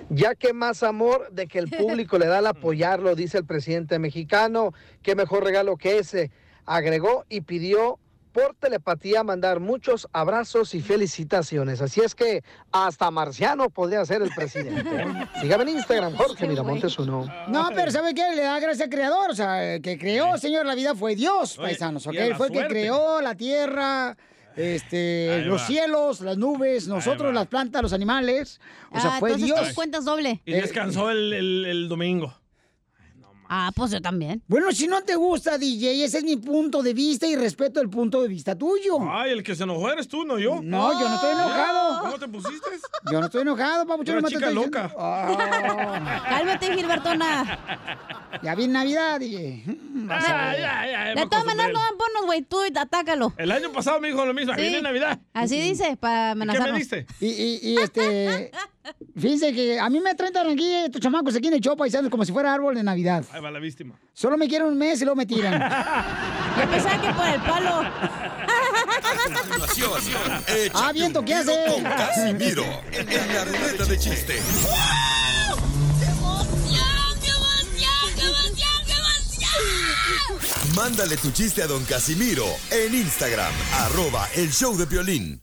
Ya que más amor de que el público le da al apoyarlo, dice el presidente mexicano, qué mejor regalo que ese. Agregó y pidió por telepatía mandar muchos abrazos y felicitaciones. Así es que hasta marciano podría ser el presidente. Sígame en Instagram, Jorge Miramontes uno.
No, pero ¿sabe qué? Le da gracias al creador. O sea, el que
Eh.
creó, señor, la vida fue Dios,
Oye,
paisanos. ¿ok?
y a la
Fue el que
suerte.
creó la tierra, este,
Ahí
los
va.
cielos, las nubes, nosotros,
va.
las plantas, los animales. O sea,
Ah,
fue
entonces
Dios. Eh,
tú cuentas doble.
Y descansó el, el- el domingo.
Ah, pues yo también.
Bueno, si no te gusta, DJ, ese es mi punto de vista y respeto el punto de vista tuyo.
Ay, el que se enojó eres tú, no yo. Ah.
No, yo no estoy enojado.
¿Cómo te pusiste?
Yo no estoy enojado, papuchón.
Una
nomás te
chica
estoy
loca.
diciendo- Ah.
Cálmate, Gilbertona.
Ya viene Navidad, DJ. Vas a ver.
De todas maneras, no dan bonos, güey. Tú y atácalo.
El año pasado me dijo lo mismo.
Sí.
Viene Navidad. Mm. Eh,
Así dice, para
[laughs]
amenazarnos.
diste?
Y, y, y,
[laughs]
este. Fíjense que a mí me traen tan aquí estos chamacos aquí en el show paisanos como si fuera árbol de Navidad.
Ahí va la víctima.
Solo me quieren un mes y luego me tiran.
[laughs] Yo pensaba que por el palo.
Continuación, échate
Ah, viento,
un
¿qué
tiro
hace?
con Casimiro en la ruleta de chiste. Mándale tu chiste a don Casimiro en Instagram, arroba el show de violín.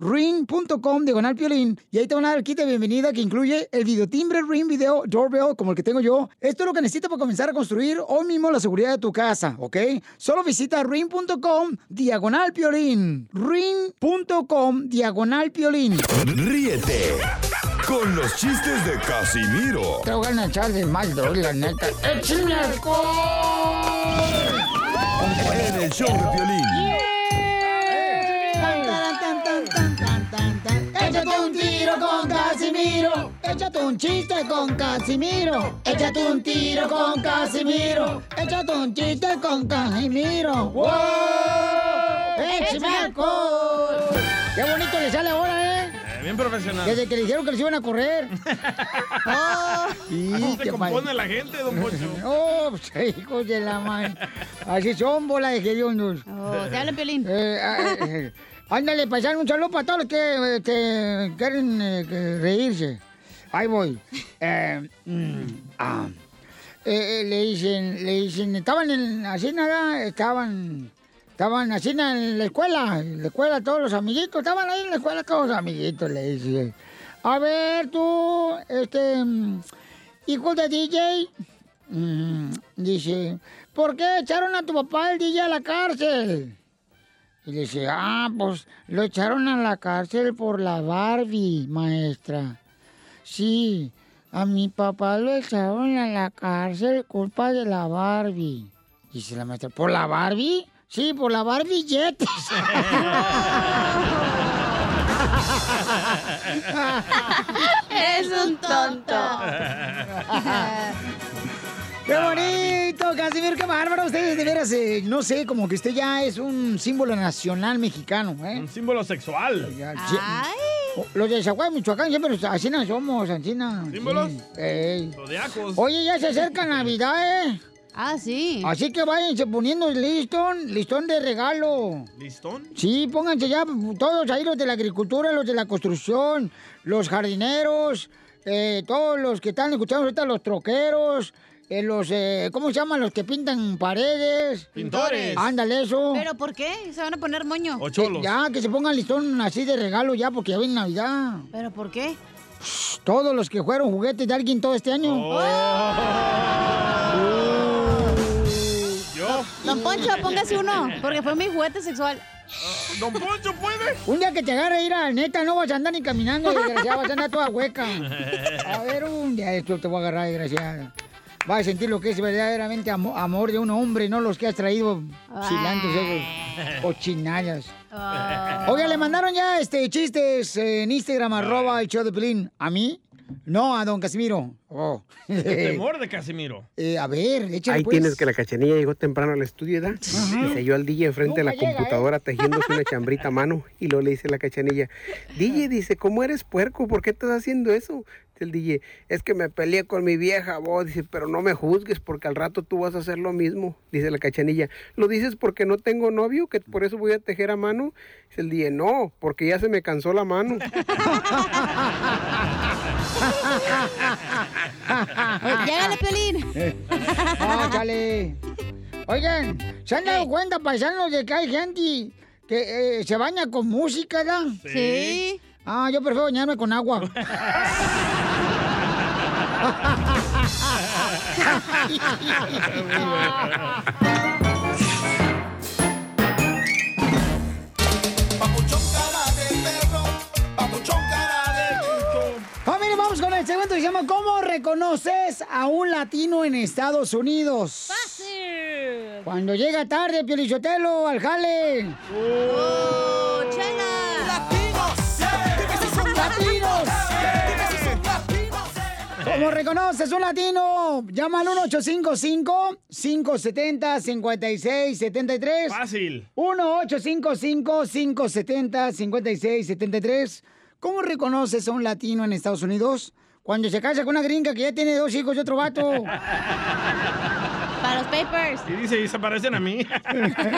ring.com diagonal piolín y ahí te van a dar el kit de bienvenida que incluye el videotimbre ring video doorbell como el que tengo yo. Esto es lo que necesitas para comenzar a construir hoy mismo la seguridad de tu casa, ¿ok? Solo visita ring.com diagonal piolín. ring.com diagonal piolín.
Ríete con los chistes de Casimiro
Tengo ganas de echarle más de hoy, la neta. ¡Eh, ¡Échame alcohol!
en el show de violín.
Échate un tiro con Casimiro. Échate un chiste con Casimiro. Échate un tiro con Casimiro. Échate un chiste con Casimiro. ¡Wow! ¡Échame alcohol! ¡Qué bonito le sale ahora, eh!
Eh, bien profesional.
Desde que le dijeron que les iban a
[laughs]
correr. Oh.
¿Cómo se
qué
compone
padre.
la gente, don Poncho?
Oh, pues, [laughs] hijos de la madre. Así son bola de geriondos.
Oh, te habla
Piolín. [laughs]
eh,
ándale, paisano, un saludo para todos los que, eh, que quieren eh, que reírse. Ahí voy. Eh, mm, ah. Eh, eh, le dicen, le dicen, estaban en, así nada, estaban, estaban así na- en la escuela, en la escuela todos los amiguitos, estaban ahí en la escuela todos los amiguitos, le dice. A ver, tú, este, mm, hijo de DJ, mm, dice, ¿por qué echaron a tu papá el DJ a la cárcel? Y le dice, ah, pues lo echaron a la cárcel por la Barbie, maestra. Sí, a mi papá lo echaron a la cárcel culpa de la Barbie. Dice la maestra, ¿por la Barbie? Sí, por la Barbie Yetis.
Eres un tonto.
¡Qué bonito, Casimir! ¡Qué bárbaro! Ustedes, de veras, eh, no sé, como que usted ya es un símbolo nacional mexicano, ¿eh? Un símbolo sexual. Los de Zaguay, Michoacán, siempre los- así no somos, así no.
¿Símbolos?
Sí. Ey.
Zodiacos.
Oye, ya se acerca Navidad, ¿eh? Ah, sí. Así que váyanse poniendo listón, listón de regalo.
¿Listón?
Sí, pónganse ya todos ahí, los de la agricultura, los de la construcción, los jardineros, eh, todos los que están escuchando ahorita, los troqueros, eh, los, eh, ¿cómo se llaman? Los que pintan paredes.
Pintores.
Ándale eso.
¿Pero por qué? ¿Se van a poner moño?
Que- Ya, que se pongan listón así de regalo ya, porque ya viene Navidad.
[laughs] ¿Pero por qué?
Todos los que jugaron juguetes de alguien todo este año.
Oh. Uh.
Don, don Poncho, póngase uno, porque fue mi juguete sexual.
Uh, Don Poncho puede.
Un día que te agarre ir a neta, no vas a andar ni caminando, desgraciada, vas a andar toda hueca. A ver, un día esto te voy a agarrar, desgraciada. Vas a sentir lo que es verdaderamente amo- amor de un hombre, no los que has traído
Ah.
chilantes, esos, cochinadas. Oiga, le mandaron ya este chistes en Instagram, arroba el show de Pelín. ¿A mí? No, a don Casimiro.
[laughs]
Oh. [laughs]
Qué temor de Casimiro.
Eh, a ver, échale
Ahí
pues.
tienes que la cachanilla llegó temprano al estudio, ¿verdad? Y se halló al DJ frente a la
Nunca llega,
computadora tejiéndose una chambrita a mano. Y luego le dice la cachanilla, DJ, dice, ¿cómo eres puerco? ¿Por qué estás haciendo eso? Dice El DJ, es que me peleé con mi vieja, vos. Dice, pero no me juzgues porque al rato tú vas a hacer lo mismo. Dice la cachanilla, ¿lo dices porque no tengo novio? ¿Que por eso voy a tejer a mano? Dice el DJ, no, porque ya se me cansó la mano.
Llégale, Pelín.
[laughs] Ah, chale. Oigan, ¿se han dado cuenta, paisanos, de que hay gente que eh, se baña con música, ¿verdad?
Sí.
Ah, yo prefiero bañarme con
[laughs]
agua. [laughs] Familia, vamos con el segundo que se llama ¿Cómo reconoces a un latino en Estados Unidos?
Ah.
¡Fácil! Cuando llega tarde, Piolichotelo, al jale. ¡Oh, chela! ¡Latinos! ¡Latinos! ¿Cómo reconoces un latino? Llama al 1-855-570-5673. Fácil. 1-855-570-5673. ¿Cómo reconoces a un latino en Estados Unidos? Cuando se casa con una gringa que ya tiene dos hijos y otro vato.
[laughs] Para los papers.
Y dice, y se parecen a mí.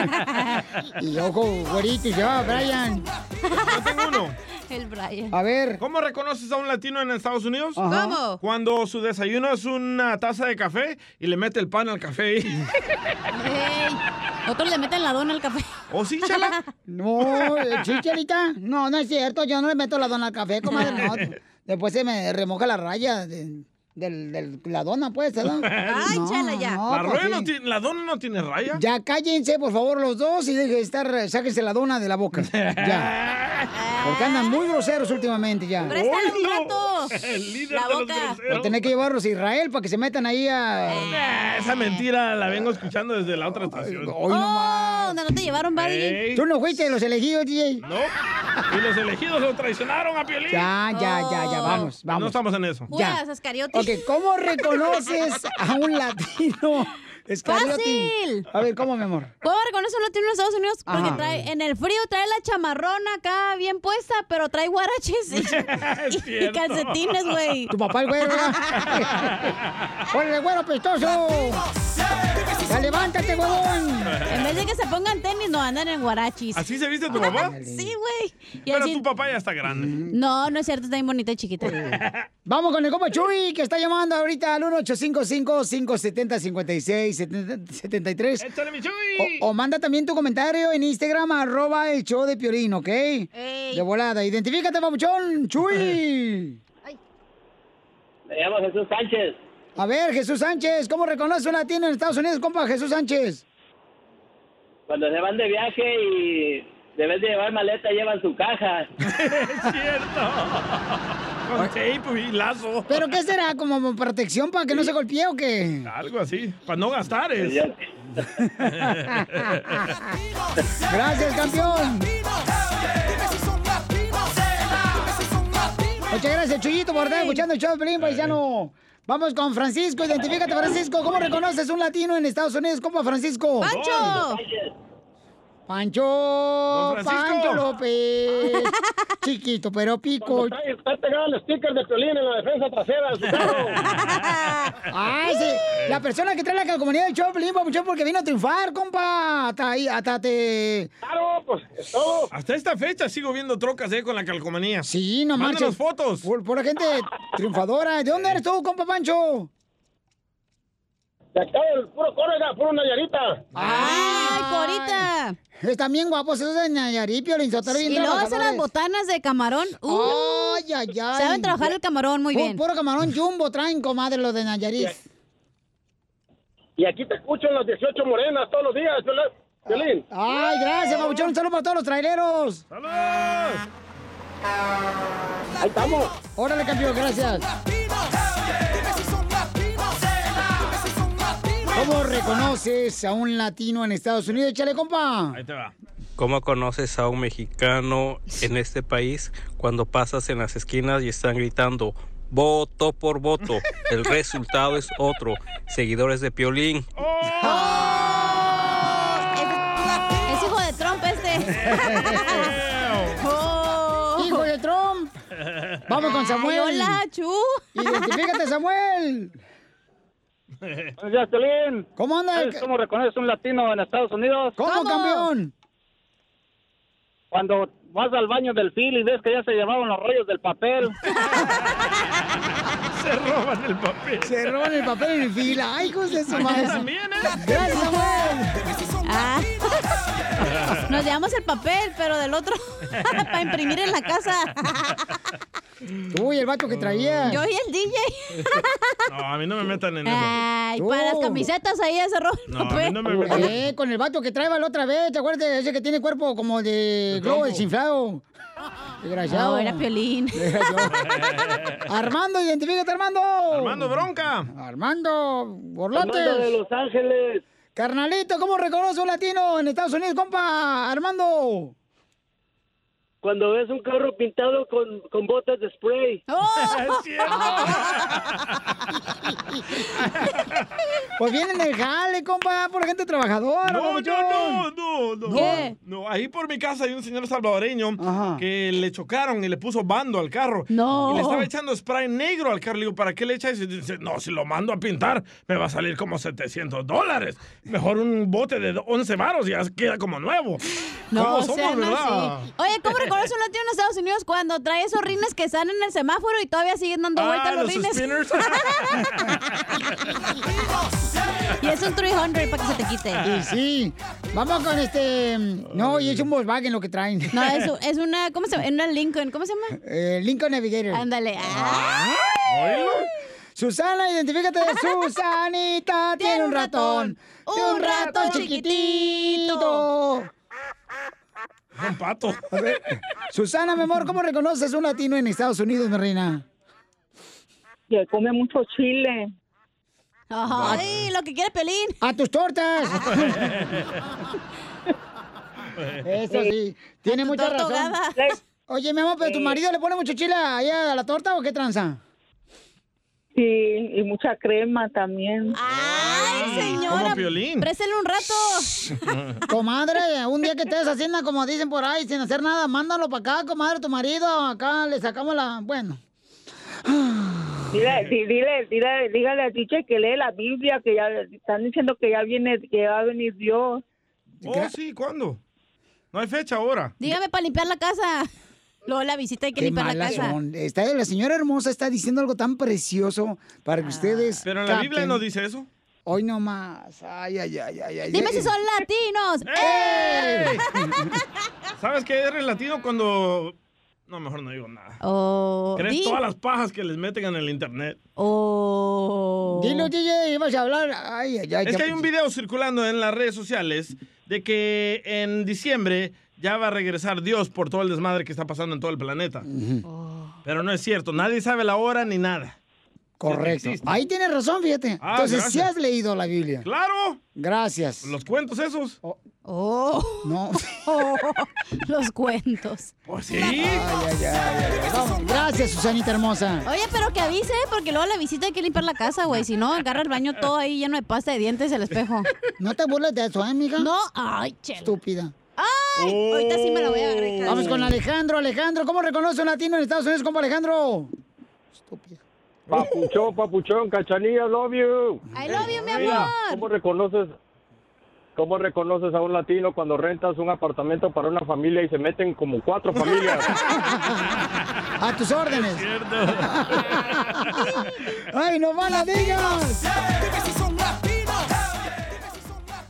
[laughs] y ojo, güerito, y se va, Brian.
Yo tengo uno.
El Brian.
A ver.
¿Cómo reconoces a un latino en Estados Unidos?
Ajá. ¿Cómo?
Cuando su desayuno es una taza de café y le mete el pan al café.
[laughs]
Ey, Otros le meten la dona al café.
¿O sí, chala?
No, eh, sí, Chelita. No, no es cierto. Yo no le meto la dona al café, comadre. No. Después se me remoja la raya de, del- del- la dona, pues, ¿verdad?
[laughs] Ay,
No,
chala, ya.
no,
la,
pues,
rueda no
sí.
tiene- la dona no tiene raya.
Ya cállense, por favor, los dos y dejen de estar, sáquense la dona de la boca. Ya. Porque andan muy groseros últimamente ya.
Préstale un rato.
[laughs] El líder
La
de los
boca.
Voy a tener que llevarlos a Israel para que se metan ahí a.
Ah, Esa mentira la vengo escuchando desde la otra estación.
Hoy no más.
Oh, ¿Dónde no te llevaron, Barney?
Ey.
¿Tú no fuiste de los elegidos, DJ?
No. Y los elegidos lo traicionaron a Piolín.
Ya, Ah, ya, ya, ya, vamos, vamos.
No estamos en eso.
Judas, Ascariote.
Ok, ¿cómo
[laughs]
reconoces a un [laughs] latino? Escariote.
Fácil.
A ver, ¿cómo, mi amor?
¿Cómo reconoce un latino en Estados Unidos? Porque
Ajá.
trae, en el frío trae la chamarrona acá bien puesta, pero trae
[laughs]
guaraches y, y calcetines, güey.
Tu papá el güero,
[laughs]
¡Ponle güero pestoso! ¡Ya levántate, huevón!
En vez de que se pongan tenis, no andan en guarachis.
¿Así se viste tu papá?
[laughs] Sí, güey. Y
Pero
así-
tu papá ya está grande.
No, no es cierto, está bien bonita y
[laughs]
chiquita.
Vamos con el compa Chuy, que está llamando ahorita al 1855-570-5673.
¡Échale, mi Chuy!
O, o manda también tu comentario en Instagram, arroba el show de Piolín, ¿ok? De volada. Identifícate, papuchón, [laughs] Chuy.
Me llamo Jesús Sánchez.
A ver, Jesús Sánchez, ¿cómo reconoce un latino en Estados Unidos, compa Jesús Sánchez?
Cuando se van de viaje y de vez de llevar maleta llevan su
[laughs]
caja.
es cierto. Con tape y pues, lazo.
¿Pero qué será? ¿Como protección para que no se golpee o qué?
Algo así. Para no gastar es. [laughs]
Gracias, campeón. Muchas gracias, Chuyito, por estar escuchando el show de Pelín, paisano. Vamos con Francisco, identifícate, Francisco. ¿Cómo reconoces un latino en Estados Unidos? ¿Cómo, Francisco?
¡Pancho!
¡Pancho!
Don Francisco.
¡Pancho López! Chiquito, pero pico.
Está pegado el sticker de Piolín en la defensa trasera de
[laughs]
su
¡Ay, Ah, sí! La persona que trae la comunidad del show de Pelín, papuchón, porque vino a triunfar, compa. Hasta ahí, hasta te...
Claro, pues, es todo.
Hasta esta fecha sigo viendo trocas eh, con la calcomanía.
Sí, no
Mándanos
manches.
fotos.
Por, por la gente triunfadora. ¿De dónde eres tú, compa Pancho?
De acá del puro Córrega, puro Nayarita.
¡Ay, Corita! Están bien guapos esos de Nayarit, Piolín Sotelo.
Y luego hacen las botanas de camarón. Uh.
¡Ay, ay, ay!
Saben trabajar el camarón muy
Pu-
bien.
Puro camarón jumbo traen, comadre, los de Nayarit.
Y aquí te escucho en las 18 morenas todos los días, Piolín. Piolín.
¡Ay, gracias, Pabuchón! ¡Un saludo para todos los traileros! ¡Saludos! ¡Ahí estamos! ¡Órale, campeón! ¡Gracias! ¿Cómo reconoces a un latino en Estados Unidos? ¡Échale, compa!
Ahí te va.
¿Cómo conoces a un mexicano en este país cuando pasas en las esquinas y están gritando voto por voto? El resultado es otro. Seguidores de Piolín.
Es hijo de Trump
[laughs]
este. [laughs] Oh.
¡Hijo de Trump! ¡Vamos con
Ay,
Samuel!
Ah, hola, Chu.
¡Identifícate, Samuel!
[laughs] Buenos días, Piolín.
¿Cómo anda?
¿Sabes cómo reconoces un latino en Estados Unidos?
¿Cómo, ¿Cómo? campeón?
Cuando vas al baño del fil y ves que ya se llevaron los rollos del
[laughs]
papel.
Se roban el papel.
Se roban el papel en el fila. ¡Ay, hijos de su madre! [laughs]
También, ¿eh?
¡Gracias, Samuel!
Ah. [laughs] Nos llevamos el papel, pero del otro [laughs] para imprimir en la casa.
Uy, el vato que traía.
Yo y el DJ.
No, a mí no me metan
Eh,
en eso.
Ay, para las camisetas ahí ese pues. rojo.
No, a mí no me metan.
Eh, con el vato que traía la otra vez, ¿te acuerdas? Ese que tiene cuerpo como de globo desinflado. Desgraciado.
No, era
[laughs]
Piolín.
[laughs]
Desgraciado. Armando, identifícate, Armando.
Armando Bronca.
Armando Borlates.
Armando de Los Ángeles.
Carnalito, ¿cómo reconoce un latino en Estados Unidos, compa? Armando.
Cuando ves un carro pintado con, con botas de
[laughs]
spray.
Pues vienen del jale, compa, por gente trabajadora.
No,
babuchón.
no, no, no, no.
¿Qué?
No, ahí por mi casa hay un señor salvadoreño que le chocaron y le puso bando al carro.
No.
Y le estaba echando spray negro al carro. Le digo, ¿para qué le echas? Y dice, no, si lo mando a pintar, me va a salir como 700 dólares. Mejor un bote de 11 varos y ya queda como nuevo.
No,
¿Cómo
o sea,
somos,
no,
verdad?
sí. Oye, ¿cómo reconoce un latino en Estados Unidos cuando trae esos rines que están en el semáforo y todavía siguen dando vueltas
Ah,
los,
los
rines?
spinners.
y es un 300 para que se te quite.
Y sí. Vamos con este. No, y es un Volkswagen lo que traen.
No,
[laughs]
es, u- es una, ¿cómo se llama? Una Lincoln, ¿cómo se llama?
Eh, Lincoln Navigator. Ah.
Ándale.
Susana,
[laughs]
identifícate. Susanita tiene un ratón.
Un ratón
chiquitito.
Un pato.
Susana, mi amor, ¿cómo reconoces un latino en Estados Unidos, mi reina?
Que come mucho chile.
Ay, lo que quiere
[laughs]
Pelín.
¡A tus
[laughs]
tortas! Eso sí, tiene
Tu
mucha
torta
razón.
ahogada.
Oye, mi amor, ¿pero tu
Sí.
marido le pone mucho chile ahí a la torta o qué tranza?
Sí, y mucha crema también.
Ah,
Ay,
señora,
Como Piolín.
Présele un rato.
Comadre, un día que estés haciendo como dicen por ahí, sin hacer nada, mándalo para acá, comadre, tu marido, acá le sacamos la... Bueno.
Dile, di- dile, dile, dígale al DJ que lee la Biblia, que ya están diciendo que ya viene, que va a venir Dios.
Oh, sí, ¿cuándo? No hay fecha ahora.
Dígame para limpiar la casa. Luego la visita hay que
Qué
limpiar la
malas
casa.
son. Está, la señora hermosa está diciendo algo tan precioso
Ah.
para que ustedes...
Pero en la Biblia
capten.
no dice eso.
Hoy no más. Ay, ay, ay, ay, ay. Eh,
Dime
ay.
si son latinos. Eh.
¡Ey! ¿Sabes qué eres latino cuando... No, mejor no digo nada.
Oh,
¿Crees
di-
todas las pajas que les meten en el internet?
Oh.
Dilo, DJ, ibas a hablar. Ay, ay, ay.
es
ya
que hay un
pensé.
video circulando en las redes sociales de que en diciembre ya va a regresar Dios por todo el desmadre que está pasando en todo el planeta.
Oh.
Pero no es cierto, nadie sabe la hora ni nada.
Correcto.
Existe.
Ahí tienes razón, fíjate.
Ah,
Entonces, si
gracias.
has leído la Biblia.
Claro.
Gracias.
Los cuentos esos.
Oh. No.
[laughs] los cuentos.
Pues sí.
Vamos, Gracias, Susanita hermosa.
Oye, pero que avise, porque luego la visita hay que limpiar la casa, güey. Si no, agarra el baño todo ahí lleno de pasta de dientes el espejo.
No te burles de eso, ¿eh, mija?
No, ay, chela.
Estúpida.
Ay, ahorita sí me la voy a agarrar. hija.
Vamos con Alejandro. Alejandro, ¿cómo reconoce un latino en Estados Unidos, compa Alejandro?
Papuchón, papuchón, cachanilla, love you.
I love you, mi
Mira,
amor.
¿cómo reconoces, ¿Cómo reconoces a un latino cuando rentas un apartamento para una familia y se meten como cuatro familias?
A tus órdenes. [laughs]
[laughs]
Ay, no más la digas.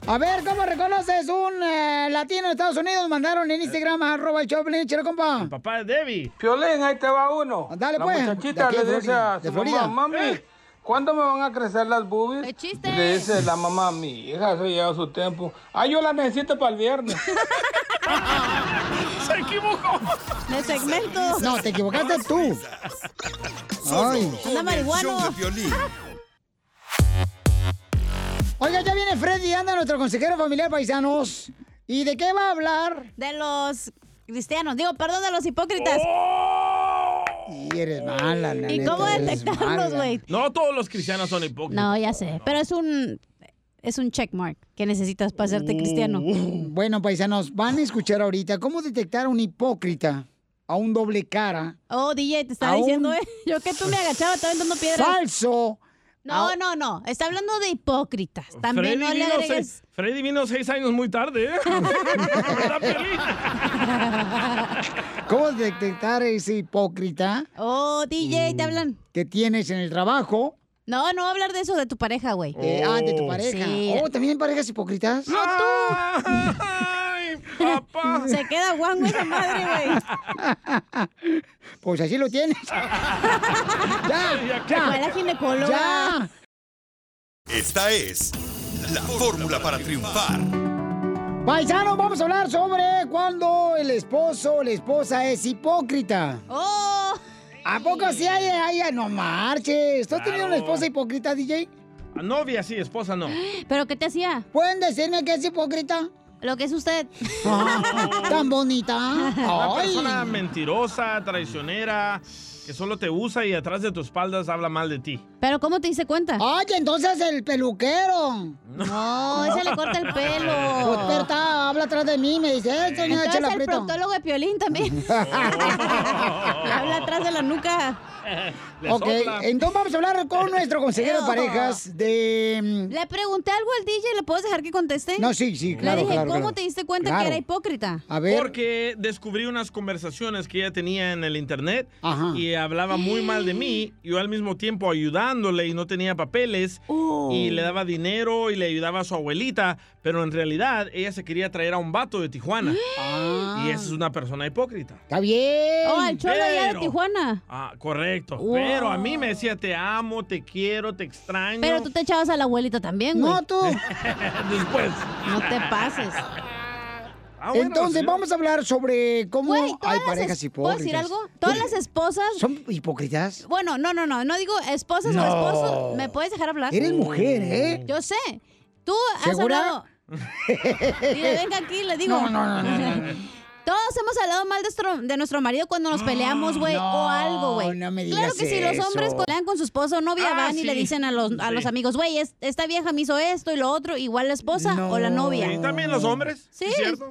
A ver, ¿cómo reconoces un eh, latino de Estados Unidos? Mandaron en Instagram arroba el Choplin, chero compa.
Papá de Debbie.
Piolín, ahí te va uno.
Dale,
la
pues. De
muchachita
aquí
le
de
dice
Florida,
a
de
su
Florida.
mamá, mami, ¿cuándo me van a crecer las boobies? Le dice la mamá a mi hija, eso lleva su tiempo. Ah, yo las necesito para el viernes.
Se equivocó. De segmento. [laughs] No, te equivocaste tú. Ay.
Anda marihuano. show de Piolín.
Oiga, ya viene Freddy, anda nuestro consejero familiar paisanos. ¿Y de qué va a hablar?
De los cristianos, digo, perdón, de los hipócritas.
Oh. Y eres mala, la
¿Y
neta,
cómo
eres
detectarlos,
mala.
güey?
No todos los cristianos son hipócritas.
No, ya sé, pero es un es un checkmark que necesitas para hacerte cristiano.
Uh. Bueno, paisanos, van a escuchar ahorita cómo detectar a un hipócrita, a un doble cara.
Oh, DJ, te estaba
Aún-
diciendo, eh, [laughs] yo que tú me agachaba, estaba aventando piedras.
¡Falso!
No, no, no, está hablando de hipócritas. También no le
vino
agregues.
seis, Freddy vino seis años muy tarde, ¿eh? Está feliz.
¿Cómo detectar ese hipócrita?
Oh, DJ,
Mm.
te hablan.
Que tienes en el trabajo.
No, no voy a hablar de eso, de tu pareja, güey.
Eh, ah, de tu pareja.
Sí.
Oh, ¿también hay parejas hipócritas?
No, tú. [laughs] Se queda guango esa madre,
[laughs]
güey.
Pues así lo
[laughs]
tienes.
Ya, ya. Fue la ginecóloga.
Ya.
Esta es la fórmula para triunfar.
Paisano, vamos a hablar sobre cuando el esposo o la esposa es hipócrita.
¡Oh!
¿A poco sí hay? hay- ah, no marches. ¿Tú has tenido una esposa hipócrita, DJ?
A novia sí, esposa no.
¿Pero qué te hacía?
¿Pueden decirme que es hipócrita? Ah.
Lo que es usted.
Tan bonita.
Una
Ay.
persona mentirosa, traicionera, que solo te usa y atrás de tus espaldas habla mal de ti.
¿Pero [laughs] cómo te hice cuenta?
Ay, entonces el peluquero.
No, ese
[laughs]
le corta el pelo.
Pues, pero está- habla atrás de mí y me dice, eh, señora
Entonces
Chela
el
Prieto.
proctólogo de
[laughs]
Piolín también. [laughs] Habla atrás de la nuca.
Ok, entonces vamos a hablar con nuestro consejero de
No.
parejas de...
Le pregunté algo al DJ, ¿le puedes dejar que conteste?
No, sí, sí, claro,
Le dije,
claro,
¿cómo
claro.
te diste cuenta
Claro.
que era hipócrita?
Porque descubrí unas conversaciones que ella tenía en el internet y hablaba muy mal de mí. Yo al mismo tiempo ayudándole y no tenía papeles y le daba dinero y le ayudaba a su abuelita, pero en realidad ella se quería traer a un vato de Tijuana. Y esa es una persona hipócrita.
Está bien.
Oh, el cholo allá de
Pero-
Tijuana.
Ah, correcto.
Wow.
Pero a mí me decía, te amo, te quiero, te extraño.
Pero tú te echabas a la abuelita también, güey.
No, tú.
[laughs] Después.
No te pases.
Ah,
Ah, bueno,
Entonces
sí.
vamos a hablar sobre cómo
Güey, todas
hay
las
parejas
es-
hipócritas.
¿Puedo decir algo? Todas las esposas...
¿Son hipócritas?
Bueno, no, no, no. No digo esposas
No.
o esposos. ¿Me puedes dejar hablar?
Eres mujer, ¿eh?
Yo sé. Tú has
¿Segura? [laughs]
hablado... Ah, Dile, venga aquí, le digo.
No, no, no, no, no.
Todos hemos hablado mal de nuestro, de nuestro marido cuando nos peleamos, güey, o algo, güey.
no me
claro
digas
que si los hombres
eso.
pelean con su esposo o novia,
Ah,
van y
sí.
le dicen a los, a
Sí.
los amigos, güey, es- esta vieja me hizo esto y lo otro, igual la esposa o la novia.
¿Y también los hombres?
Sí,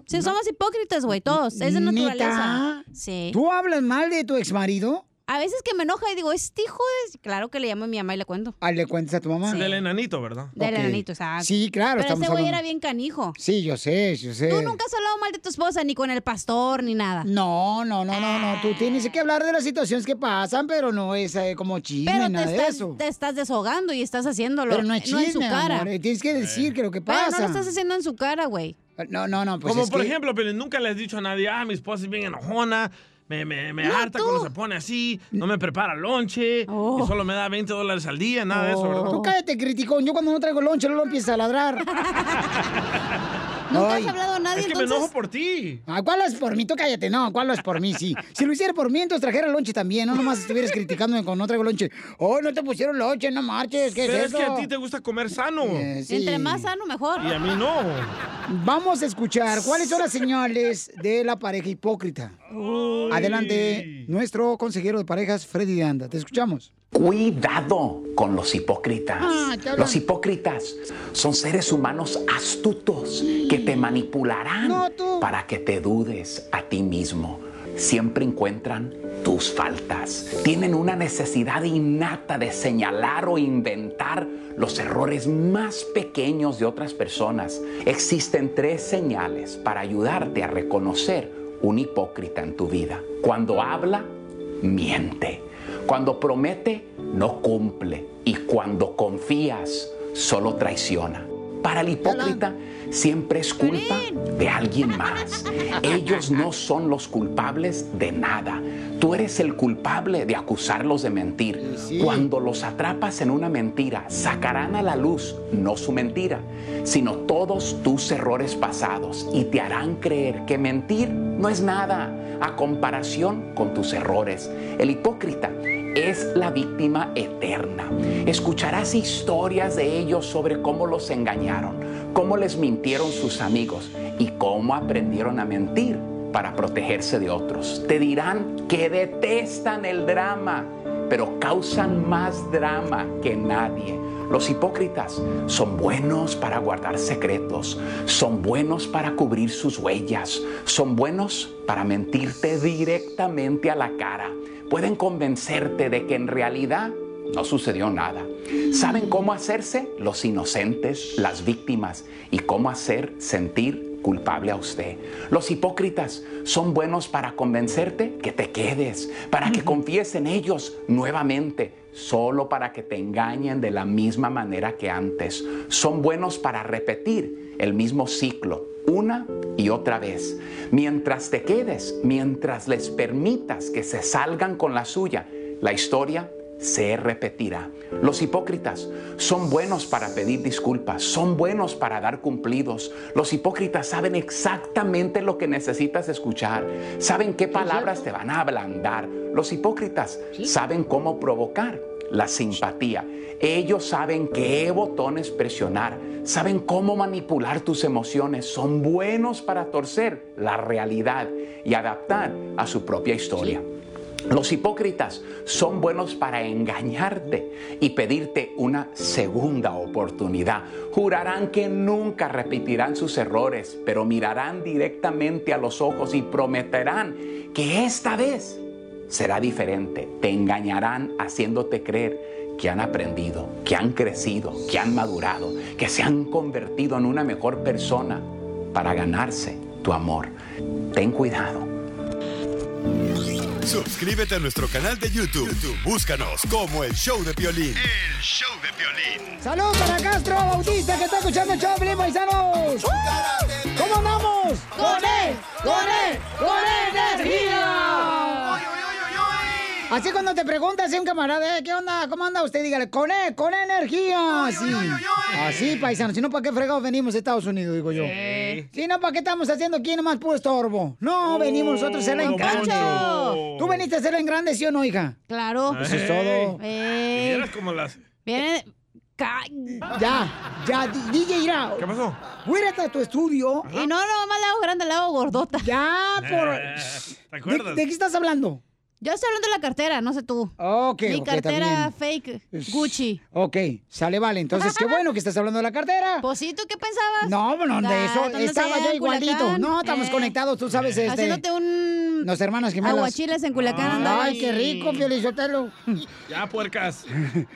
sí, somos hipócritas, güey, todos. Es de
¿Neta?
naturaleza. Sí.
¿Tú hablas mal de tu exmarido?
A veces que me enoja y digo, este hijo de... Claro que le llamo a mi mamá y le cuento.
Ah, ¿le cuentas a tu mamá?
Del enanito, ¿verdad?
Del
Ok.
enanito, exacto.
Sí, claro,
Pero
estamos
ese güey
hablando-
era bien canijo.
Sí, yo sé, yo sé.
Tú nunca has hablado mal de tu esposa, ni con el pastor, ni nada.
No, no, no, no, no. Tú tienes que hablar de las situaciones que pasan, pero no es eh, como chisme,
Pero te
nada de
estás,
eso.
te estás deshogando y estás haciéndolo.
Pero no es chisme,
en su cara.
amor, eh, Tienes que decir que lo que
Pero
pasa.
no lo estás haciendo en su cara, güey.
No, no, no. Pues
Como
es
por
que-
ejemplo, pero nunca le has dicho a nadie, ah, mi esposa es bien enojona, me, me, me
No,
harta
tú. Oh.
cuando se pone así, no me prepara lonche, y solo me da 20 dólares al día, nada de eso, ¿verdad?
Tú cállate, criticón. Yo cuando no traigo lonche, luego empieza a ladrar.
Nunca has hablado a nadie,
es que me
entonces-
enojo por ti.
Ah, ¿Cuál es por mí? Tú cállate. No, ¿cuál es por mí? Sí. Si lo hiciera por mí, entonces trajera lonche también. No nomás estuvieras criticándome cuando no traigo lonche. Oh, no te pusieron lonche, no marches. ¿Qué
Pero
es
es,
eso? Eh,
que a ti te gusta comer sano.
pues sí. Entre más sano,
mejor.
Y a mí no.
Vamos a escuchar cuáles son las señales de la pareja hipócrita. Adelante, nuestro consejero de parejas, Freddy de Anda. Te escuchamos.
Cuidado con los hipócritas.
Ah, te hablan.
los hipócritas son seres humanos astutos que te manipularán para que te dudes a ti mismo. Siempre encuentran tus faltas. Tienen una necesidad innata de señalar o inventar los errores más pequeños de otras personas. Existen tres señales para ayudarte a reconocer un hipócrita en tu vida. Cuando habla, miente. Cuando promete, no cumple. Y cuando confías, solo traiciona. Para el hipócrita siempre es culpa de alguien más. Ellos no son los culpables de nada. Tú eres el culpable de acusarlos de mentir. Cuando los atrapas en una mentira, sacarán a la luz no su mentira, sino todos tus errores pasados y te harán creer que mentir no es nada a comparación con tus errores. El hipócrita es la víctima eterna. Escucharás historias de ellos sobre cómo los engañaron, cómo les mintieron sus amigos y cómo aprendieron a mentir para protegerse de otros. Te dirán que detestan el drama, pero causan más drama que nadie. Los hipócritas son buenos para guardar secretos, son buenos para cubrir sus huellas, son buenos para mentirte directamente a la cara. Pueden convencerte de que en realidad no sucedió nada. ¿Saben cómo hacerse los inocentes, las víctimas y cómo hacer sentir culpable a usted. Los hipócritas son buenos para convencerte que te quedes, para que confíes en ellos nuevamente, solo para que te engañen de la misma manera que antes. Son buenos para repetir el mismo ciclo una y otra vez. Mientras te quedes, mientras les permitas que se salgan con la suya, la historia se repetirá. Los hipócritas son buenos para pedir disculpas, son buenos para dar cumplidos. Los hipócritas saben exactamente lo que necesitas escuchar, saben qué palabras te van a ablandar. Los hipócritas saben cómo provocar la simpatía. Ellos saben qué botones presionar, saben cómo manipular tus emociones, son buenos para torcer la realidad y adaptar a su propia historia. Los hipócritas son buenos para engañarte y pedirte una segunda oportunidad. Jurarán que nunca repetirán sus errores, pero mirarán directamente a los ojos y prometerán que esta vez será diferente. Te engañarán haciéndote creer que han aprendido, que han crecido, que han madurado, que se han convertido en una mejor persona para ganarse tu amor. Ten cuidado.
Suscríbete a nuestro canal de YouTube. YouTube, Búscanos como el show de violín. El show de violín.
¡Salud para Castro Bautista que está escuchando el show, Pelín, paisanos! ¿Cómo andamos?
¡Con él! ¡Con él! ¡Con energía!
Así cuando te preguntas a un camarada, ¿eh? ¿qué onda? ¿Cómo anda usted? Dígale, con él, con E energía. Así, así paisanos. Si no, ¿para qué fregados venimos a Estados Unidos? Digo yo. Si no, ¿para qué estamos haciendo aquí nomás puro estorbo? No, venimos nosotros a hacerla en
don
grande.
Poncho.
¿Tú veniste a hacerla en grande, sí o no, hija?
Claro.
Eso es todo.
Oh. Ey.
Vieras cómo las.
Viene. ca-
Ya, ya, di- DJ Ira. ¿Qué pasó? Fuérate a tu estudio.
Y no, no, más la hago grande, la hago gordota.
Ya,
Eh, ¿Te acuerdas?
qué estás hablando?
Yo estoy hablando de la cartera, no sé tú.
Ok,
Mi
ok,
cartera
está
fake Gucci.
Ok, sale, vale. Entonces, qué bueno que estás hablando de la cartera.
Posito, ¿qué pensabas?
No, bueno, de
Ah,
eso
¿dónde
estaba
sea?
yo igualito.
Culiacán.
No, estamos
Eh.
conectados, tú sabes, este...
Haciéndote un...
Los hermanos gemelos.
Aguachiles en Culiacán andabas.
Ay, qué rico, Piolizotelo.
Ya,
[laughs]
puercas.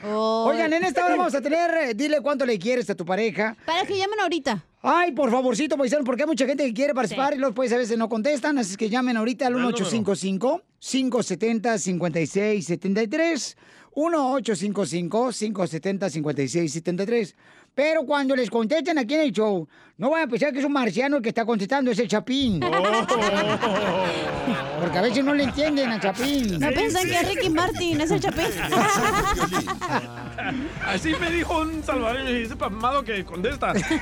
Oigan, en esta hora vamos a tener, eh, dile cuánto le quieres a tu pareja.
Para que llamen ahorita.
Ay, por favorcito, paisano, porque hay mucha gente que quiere participar y los pues a veces no contestan, así es que llamen ahorita al 1855-570-5673. 1-855-570-5673. Pero cuando les contesten aquí en el show, no van a pensar que es un marciano el que está contestando, es el Chapín. Porque a veces no le entienden al Chapín.
No piensan que es Ricky Martin, es el chapín.
Así me dijo un salvadoreño y dice pasmado que contesta. [laughs]
[laughs] Ese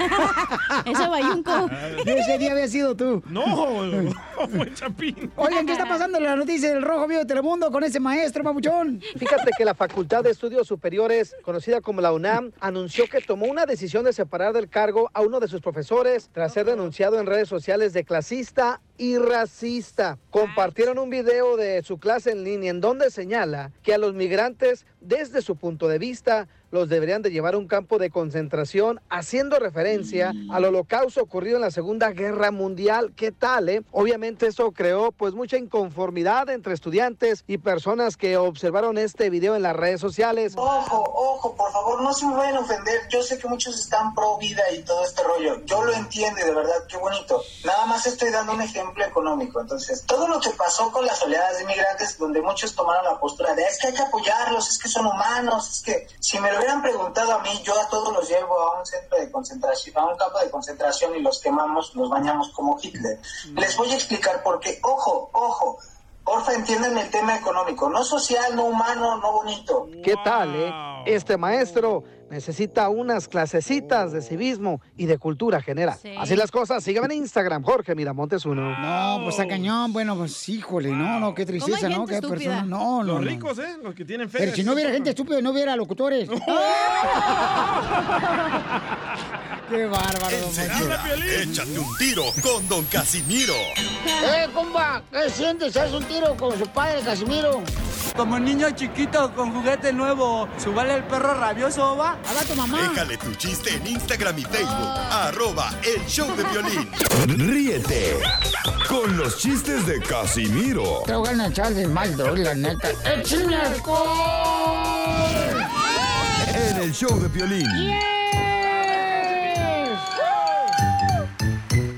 bayunco.
[laughs] Ese día había sido tú. [laughs]
No.
Oigan, [laughs] ¿qué está pasando en la noticia del Rojo Vivo de Telemundo con ese maestro, papuchón?
Fíjate que la Facultad de Estudios Superiores, conocida como la UNAM, anunció que tomó una decisión de separar del cargo a uno de sus profesores tras ser denunciado en redes sociales de clasista y racista. Compartieron un video de su clase en línea en donde señala que a los migrantes, desde su punto de vista, los deberían de llevar a un campo de concentración haciendo referencia al holocausto ocurrido en la Segunda Guerra Mundial. ¿Qué tal, eh? Obviamente eso creó pues mucha inconformidad entre estudiantes y personas que observaron este video en las redes sociales.
Ojo, ojo, por favor, no se me vayan a ofender. Yo sé que muchos están pro vida y todo este rollo. Yo lo entiendo y de verdad, qué bonito. Nada más estoy dando un ejemplo ejemplo económico. Entonces, todo lo que pasó con las oleadas de inmigrantes, donde muchos tomaron la postura de es que hay que apoyarlos, es que son humanos, es que si me lo hubieran preguntado a mí, yo a todos los llevo a un centro de concentración, a un campo de concentración y los quemamos, los bañamos como Hitler. Les voy a explicar por qué. Ojo, ojo. Porfa, entiendan el tema económico, no social, no humano, no bonito.
¿Qué tal, eh? Este maestro necesita unas clasecitas de civismo y de cultura general. Así las cosas. Síganme en Instagram, Jorge Miramontes uno.
No, pues a cañón. Bueno, pues híjole, no, no, qué tristeza, ¿no? Qué persona. No, no.
Los
no.
ricos, ¿eh? Los que tienen fe.
Pero si no hubiera gente estúpida, no hubiera locutores. ¡Oh!
[laughs]
qué bárbaro. don Poncho.
Enseguida, échate un tiro con Don Casimiro.
¡Eh, compa! ¿Qué sientes? ¿Haz un tiro con su padre, Casimiro?
Como niño chiquito con juguete nuevo, subale el perro rabioso, va.
Habla tu
Déjale tu chiste en Instagram y Facebook. Arroba el show de violín. Ríete con los chistes de Casimiro.
Te voy a echar de mal, doy, la neta. ¡Échame alcohol!
En el show de violín.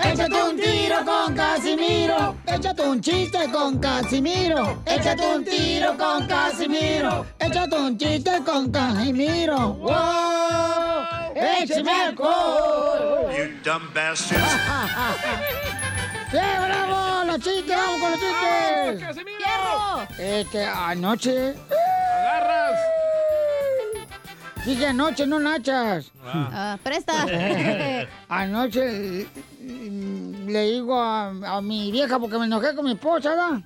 Échate un tiro con Casimiro. Échate un chiste con Casimiro. Échate un tiro con Casimiro. Échate un chiste con Casimiro. ¡Wow! ¡Échame alcohol!
You dumb bastards.
¡Qué bravo! ¡Los chistes! ¡Vamos con los
¡Vamos,
chistes! Este, anoche. [laughs]
¡Agarras!
Dije anoche, no nachas.
Ah, presta.
[laughs] Anoche mm, le digo a, a mi vieja porque me enojé con mi esposa, ¿verdad?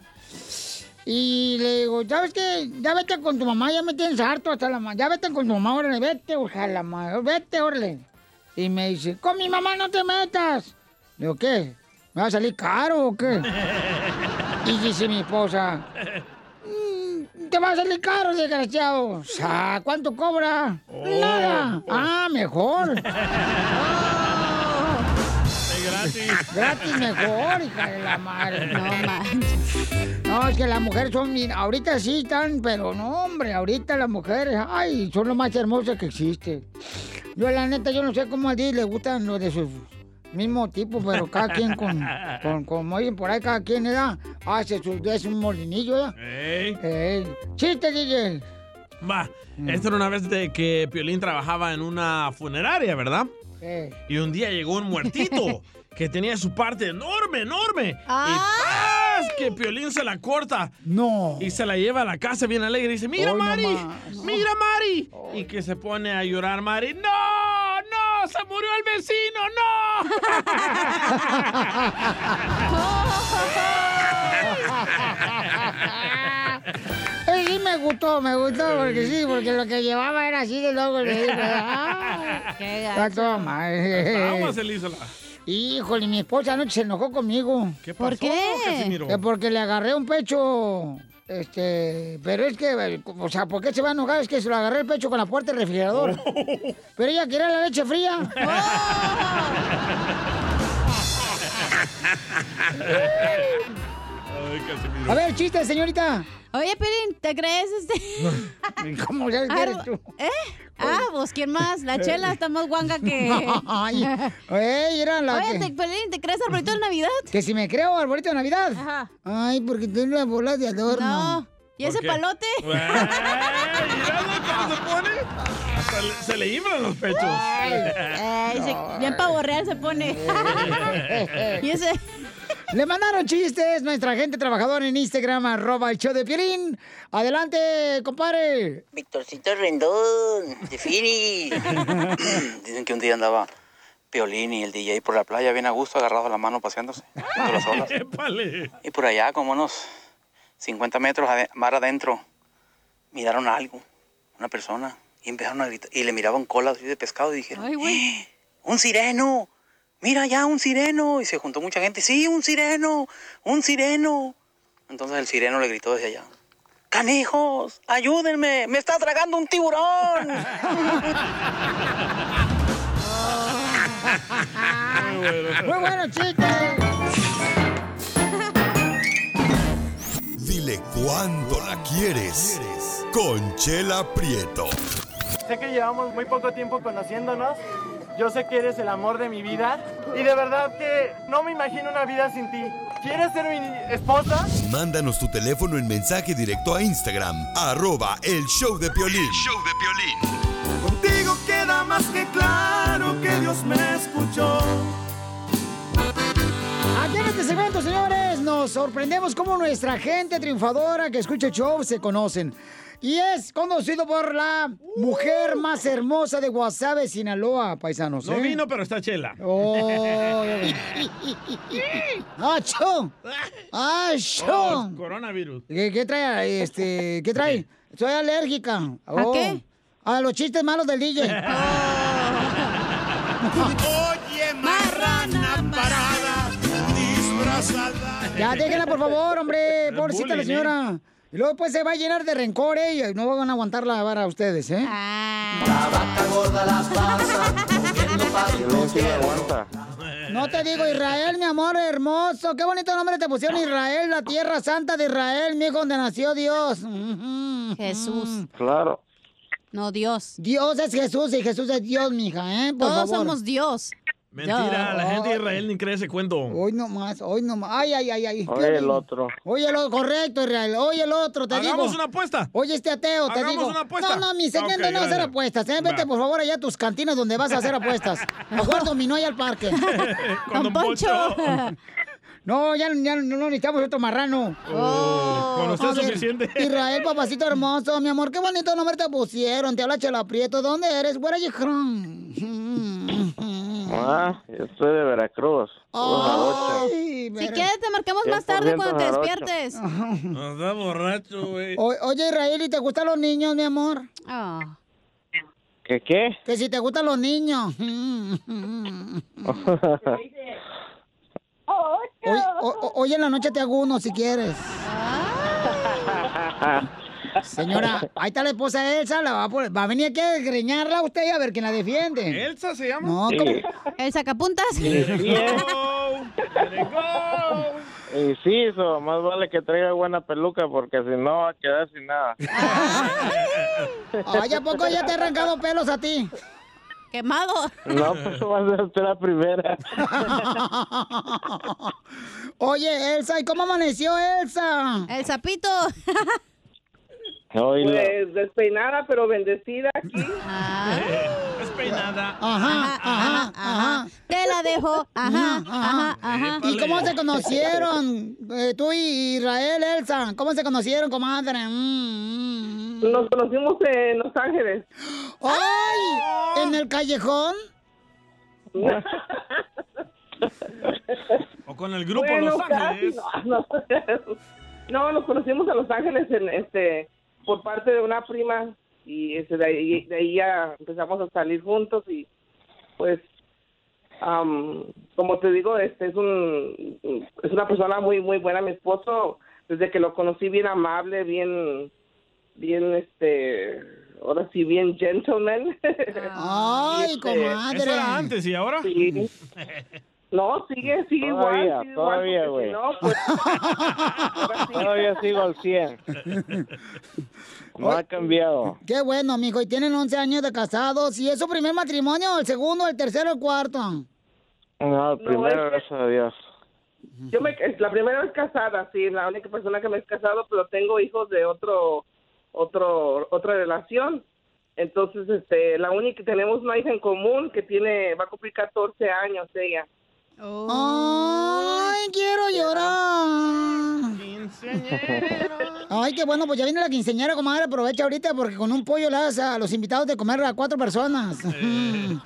Y le digo, ya ves que, ya vete con tu mamá, ya me tienes harto hasta la mamá, ya vete con tu mamá, órale, vete, ojalá, ma- vete, órale. Y me dice, con mi mamá no te metas. Le digo, ¿qué? ¿Me va a salir caro o qué? Y dice mi esposa, "Mm, te va a salir caro, desgraciado. "Sa, ¿Cuánto cobra? Nada. Ah, mejor.
gratis.
Gratis mejor, hija de la [laughs] madre. No manches. No, es que las mujeres son. bien- Ahorita sí están, pero no, hombre. Ahorita las mujeres, ay, son lo más hermosas que existe. Yo, la neta, yo no sé cómo a ti le gustan los de su mismo tipo, pero cada quien con. con como dicen por ahí, cada quien edad hace su. es un molinillo, ¿verdad?
Ey.
Ey. Chiste, DJ.
Va,
Mm.
esto era una vez de que Piolín trabajaba en una funeraria, ¿verdad?
Ey.
Y un día llegó
[laughs]
un muertito que tenía su parte enorme, enorme. Y ¡zas! que Piolín se la corta.
No.
Y se la lleva a la casa bien alegre y dice, mira
Hoy
Mari,
nomás.
mira Mari. Y que se pone a llorar Mari. No, no, se murió el vecino,
Ey, Eh, sí me gustó, me gustó, porque sí, porque lo que llevaba era así de loco. le digo,
[laughs]
ah,
Qué
Está todo
no. Agua
mal.
se le hizo la...
eh, Híjole, mi esposa anoche se enojó conmigo.
¿Qué ¿Por pasó, qué? Casimiro?
Que porque le agarré un pecho. Este, pero es que, eh, o sea, ¿por qué se va a enojar? Es que se lo agarré el pecho con la puerta del refrigerador.
Oh.
Pero ella quería la leche
[laughs]
fría.
Ay, Casimiro.
[laughs] A ver, chiste, señorita.
Oye, Pelín, ¿te crees este?
[laughs] ¿Cómo ya
Ah,
eres tú?
¿Eh? Ah, pues ¿quién más? La chela está más guanga que.
[laughs] Ay, ey, era la que-
Oye, te- Pelín, ¿te
[laughs]
crees arbolito de Navidad?
Que si me creo arbolito de Navidad. Ay, porque tengo las bolas de adorno.
No. ¿Y ese palote?
¿Cómo se pone? Hasta le- se le inflan los pechos.
Ay, se- bien pavorreal
[laughs]
se pone. [laughs] y ese.
Le mandaron chistes nuestra gente trabajadora en Instagram, arroba el show de Piolín. Adelante, compadre.
Víctorcito Rendón, de
[laughs]
Fini. Dicen que un día andaba Piolín y el DJ por la playa, bien a gusto, agarrado a la mano, paseándose. viendo las olas.
Épale.
Y por allá, como unos 50 metros ade- mar adentro, miraron algo, una persona, y empezaron a gritar. Y le miraban colas así de pescado y dijeron, "¡Eh! ¡Un sireno! ¡Mira ya, un sireno! Y se juntó mucha gente, ¡sí, un sireno! ¡Un sireno! Entonces el sireno le gritó desde allá, ¡Canijos! ¡Ayúdenme! ¡Me está tragando un tiburón!
Muy bueno, chiste.
Dile cuándo la quieres. Conchela Prieto.
Sé que llevamos muy poco tiempo conociéndonos. Yo sé que eres el amor de mi vida y de verdad que no me imagino una vida sin ti. ¿Quieres ser mi esposa?
Mándanos tu teléfono en mensaje directo a Instagram, arroba el show de Piolín.
Contigo queda más que claro que Dios me escuchó.
Aquí en este segmento, señores, nos sorprendemos cómo nuestra gente triunfadora que escucha el show se conocen. Y es conducido por la mujer más hermosa de Guasave, Sinaloa, paisanos.
No
¿eh?
vino, pero está chela.
Oh. [laughs] ¡Acho! ¡Acho!
Oh, coronavirus.
¿Qué, qué trae? Este, ¿Qué trae? Soy alérgica. Oh.
qué?
A los chistes malos del DJ.
Oh. Oye, marrana parada, disfrazada.
[laughs] Ya déjenla, por
[laughs]
favor, hombre. Pobrecita
¿eh?
la señora. Y luego pues se va a llenar de rencor, ¿eh? Y no van a aguantar la vara ustedes, ¿eh?
Gorda la pasa, comiendo
No te digo Israel, mi amor hermoso. Qué bonito nombre te pusieron Israel, la tierra santa de Israel, mi hijo donde nació Dios. Jesús.
Claro.
No, Dios. Dios es Jesús y Jesús es Dios, mija, ¿eh? Por
Todos
favor.
somos Dios.
Mentira, la gente de Israel ni cree ese cuento.
Hoy nomás, hoy nomás. Ay, ay, ay, ay.
Oye, el
otro.
Oye, el otro, correcto, Israel. Oye, el otro, te digo.
Hagamos una apuesta.
Oye, este ateo, te
Hagamos
digo.
una apuesta.
No, no, mi segmento
Ok,
no va a hacer
gracias.
apuestas. ¿eh? Vete,
Va.
por favor, allá a tus cantinas donde vas a hacer
[laughs]
apuestas. A jugar dominó allá al parque.
Con Don Don Poncho. Poncho.
[laughs] No, ya, ya no, no necesitamos otro marrano.
Oh, con usted
A
es suficiente. [laughs]
Israel, papacito hermoso, mi amor, qué bonito nombre te pusieron. Te habla Chela Prieto. ¿Dónde eres? Where are you from? Mm.
Ah, yo soy de Veracruz.
Oh.
Jarocho.
Ay,
Oh. Si quieres, te marcamos más
100%
tarde cuando te
jarocho.
despiertes.
Nos da borracho, güey.
Ah. O- oye, Israel, ¿y te gustan los niños, mi amor?
Ah.
¿Qué qué?
[laughs] Que si te gustan los
[laughs]
niños. Hoy, o- o- hoy en la noche te hago uno si quieres. Señora, ahí está la esposa Elsa, la va, a poner- va a venir aquí a greñarla a usted y a ver quién la defiende.
¿Elsa se llama?
No,
Sí.
¿cómo?
El sacapuntas.
Sí, eh.
[laughs]
Y sí, eso, más vale que traiga buena peluca porque si no va a quedar sin nada.
Ay, ¿a poco ya te he arrancado pelos a ti? Quemado. [laughs]
No, pues va a ser usted la primera.
Oye, Elsa, ¿y cómo amaneció Elsa? El sapito.
Oílo.
Pues despeinada, pero bendecida aquí.
Despeinada.
Ajá, ajá, ajá. Te la dejo. Ajá, ajá, ajá. Ah. ¿Y cómo se conocieron eh, tú y Israel, Elsa? ¿Cómo se conocieron, comadre? Mm,
Nos conocimos en Los Ángeles.
¡Ay! ¿En el callejón?
O con el grupo
Bueno,
Los Ángeles.
casi, no, [laughs] no. No, nos conocimos en Los Ángeles en, este, por parte de una prima y este, de, ahí, de ahí ya empezamos a salir juntos y pues am, como te digo este es un es una persona muy muy buena mi esposo desde que lo conocí bien amable bien bien este ahora sí bien gentleman [laughs] este,
ay
comadre
Eso era antes y ahora.
no sigue sigue
Todavía,
igual sigue igual,
todavía,
porque
güey.
si no,
[laughs]
pues,
Todavía sigo al 100. No ha cambiado.
Qué bueno, mijo. Y tienen 11 años de casados. ¿Y es su primer matrimonio? ¿El segundo, el tercero, el cuarto?
No, primero, gracias a Dios.
Yo me, es la primera vez casada, sí, la única persona que me he casado, pero tengo hijos de otro, otro, otra relación. Entonces, este, la única, tenemos una hija en común que tiene, va a cumplir 14 años ella.
Ay, quiero llorar. Ay, qué bueno, pues ya viene la quinceañera, comadre. Aprovecha ahorita porque con un pollo le das a los invitados de comer a cuatro personas. Mm.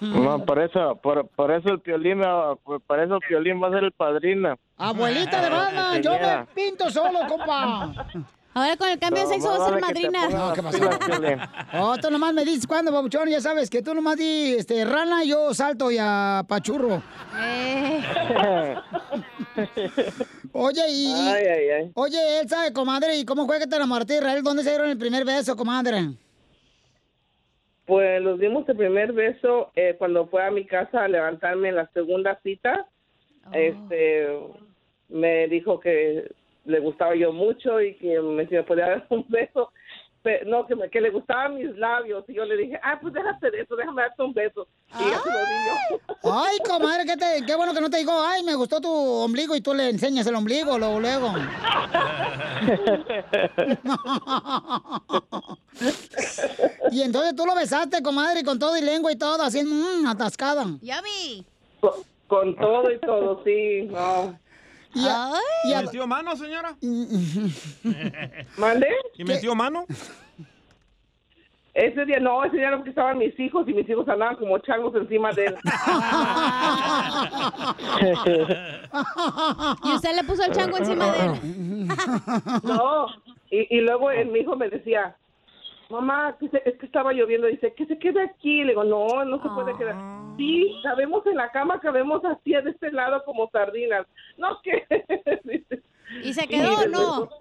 No, por eso, por, por eso el piolín, me- por, por eso el piolín va a ser el padrino.
Abuelita de Batman, yo me
Ah, Quinceañera.
pinto solo, compa. Ahora con el cambio
de No, sexo más vas a ser vale que te madrina. pongas
No, ¿qué
las
pasó?
pilas, Piolín.
Oh, tú nomás me dices cuándo, babuchón. Ya sabes que tú nomás di este, rana, yo salto y a pachurro.
Eh.
Oye, y, y-
Ay, ay, ay.
Oye, Elsa, comadre, ¿y cómo fue que te enamoraste de Israel? ¿Dónde se dieron el primer beso, comadre?
Pues nos dimos el primer beso eh, cuando fue a mi casa a levantarme en la segunda cita. Este, me dijo que le gustaba yo mucho y que me, si me podía dar un beso. pe- no, que, me- que le gustaban mis labios. Y yo le dije, ah, pues déjate de eso, déjame darte un beso. Y ya se lo di yo.
Ay, comadre, qué, te- qué bueno que no te digo, ay, me gustó tu ombligo y tú le enseñas el ombligo luego, luego. y entonces tú lo besaste, comadre, con todo y lengua y todo, así, mmm, atascada.
¡Yummy!
Con, con todo y todo, sí. No.
Y a- y a-
¿Metió
[laughs]
mano, señora?
¿Mande?
¿Y metió mano?
Ese día, no, ese día lo que estaban mis hijos y mis hijos andaban como changos encima
[laughs]
de él.
Y usted le puso el chango encima de él.
[laughs] No, y, y luego el, mi hijo me decía, mamá, que se- es que estaba lloviendo, dice, que se quede aquí. Le digo, no, no se puede quedar.
Ah.
Sí, cabemos en la cama, cabemos así de este lado como sardinas. No, que... [laughs]
¿Y se quedó o no?
pues,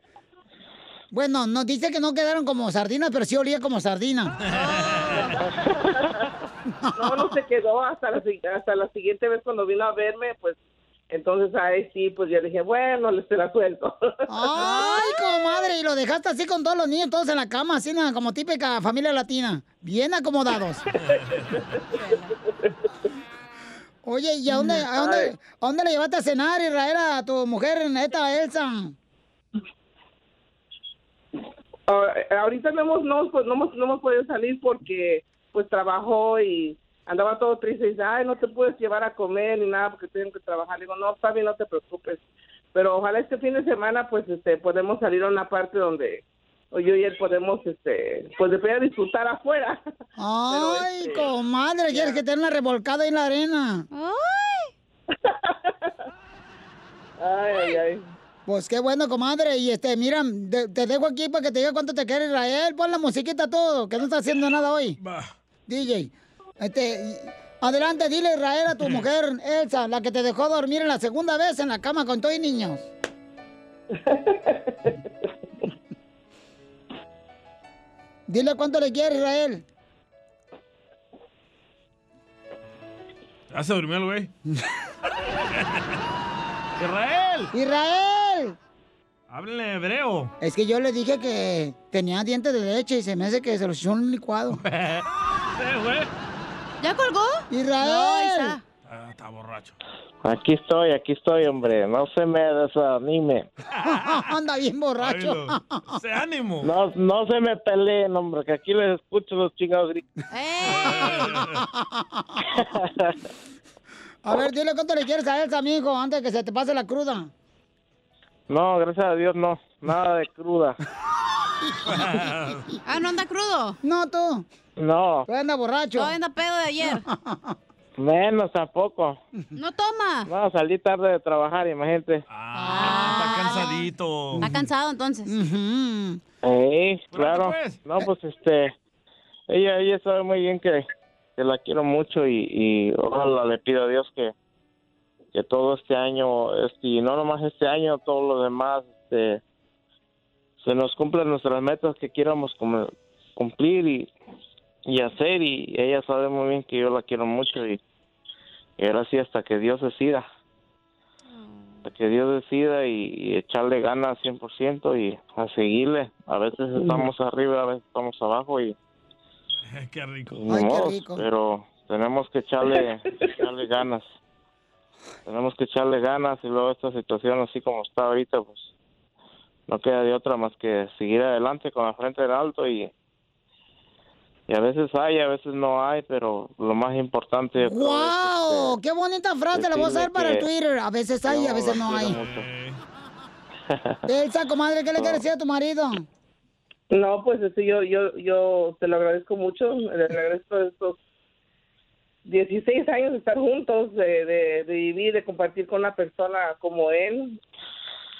Bueno, nos dice que no quedaron como sardinas, pero sí olía como sardina.
No, no se quedó hasta la, si- hasta la siguiente vez cuando vino a verme, pues entonces ahí sí, pues yo le dije, bueno, le se la suelto.
Ah.
Ay, comadre, y lo dejaste así con todos los niños, todos en la cama, así nada, como típica familia latina, bien acomodados. Oye, ¿y a dónde, a dónde, a dónde le llevaste a cenar, Israel, a tu mujer, neta, Elsa?
Ah, ahorita no hemos, no, pues, no, hemos, no hemos podido salir porque pues trabajó y andaba todo triste y dice, ay, no te puedes llevar a comer ni nada porque tengo que trabajar. Le digo, no, está bien, no te preocupes. Pero ojalá este fin de semana pues este podemos salir a una parte donde yo y él podemos este pues de a disfrutar afuera.
Ay, comadre, quieres que te dé una revolcada ahí en la arena.
Ay, ay, ay.
Pues qué bueno, comadre. Y este, mira, te, te dejo aquí para que te diga cuánto te quiere Israel. Pon la musiquita todo, que no está haciendo nada hoy.
Ah,
DJ, este, y- adelante, dile Israel a tu mujer, Elsa, la que te dejó dormir en la segunda vez en la cama con todos y niños. dile cuánto le quiere Israel.
Ya se durmió
[laughs]
el güey.
¡Israel! ¡Israel!
Háblenle en hebreo.
Es que yo le dije que tenía dientes de leche y se me hace que se los hizo un licuado.
¿Ya colgó?
Israel.
No, ahí está.
Ah, está borracho.
Aquí estoy, aquí estoy, hombre. No se me desanime.
[laughs] Anda bien borracho.
Se ánimo.
No, no se me peleen, hombre, que aquí les escucho los
[laughs]
chingados gritos.
¡Eh! A ver, dile cuánto le quieres a Elsa, amigo, antes de que se te pase la cruda.
No, gracias a Dios, no. Nada de cruda.
Ah, ¿no anda crudo?
No, tú.
No,
Tú anda borracho.
No, anda pedo de ayer.
menos tampoco.
No toma.
No, salí tarde de trabajar, imagínate.
Cansadito.
Está cansado entonces.
Sí, claro.
pues.
No, pues este, ella, ella sabe muy bien que, que la [laughs] quiero mucho y, y ojalá le pido a Dios que, que todo este año, este, y no nomás este año, todos los demás, este, se nos cumplan nuestras metas que quieramos cum- cumplir y, y hacer y ella sabe muy bien que yo la quiero mucho y, y ahora sí hasta que Dios decida. Hasta que Dios decida y, y echarle ganas 100% y a seguirle. A veces estamos arriba, a veces estamos abajo y
Qué rico.
ni modos, pero tenemos
[laughs]
que echarle, echarle ganas. Tenemos que echarle ganas y luego esta situación así como está ahorita, pues no queda de otra más que seguir adelante con la frente en alto y, y a veces hay, a veces no hay, pero lo más importante yo creo, es
¡Wow! ¡Qué bonita frase! La voy a usar para el
decirle que
Twitter. A veces hay,
yo
a veces
la
no
quiero
hay.
mucho.
Elsa, comadre, ¿qué le quieres decir a tu marido?
No, pues este, yo, yo, yo te lo agradezco mucho, le le agradezco estos 16 años de estar juntos, de, de- de vivir, de compartir con una persona como él.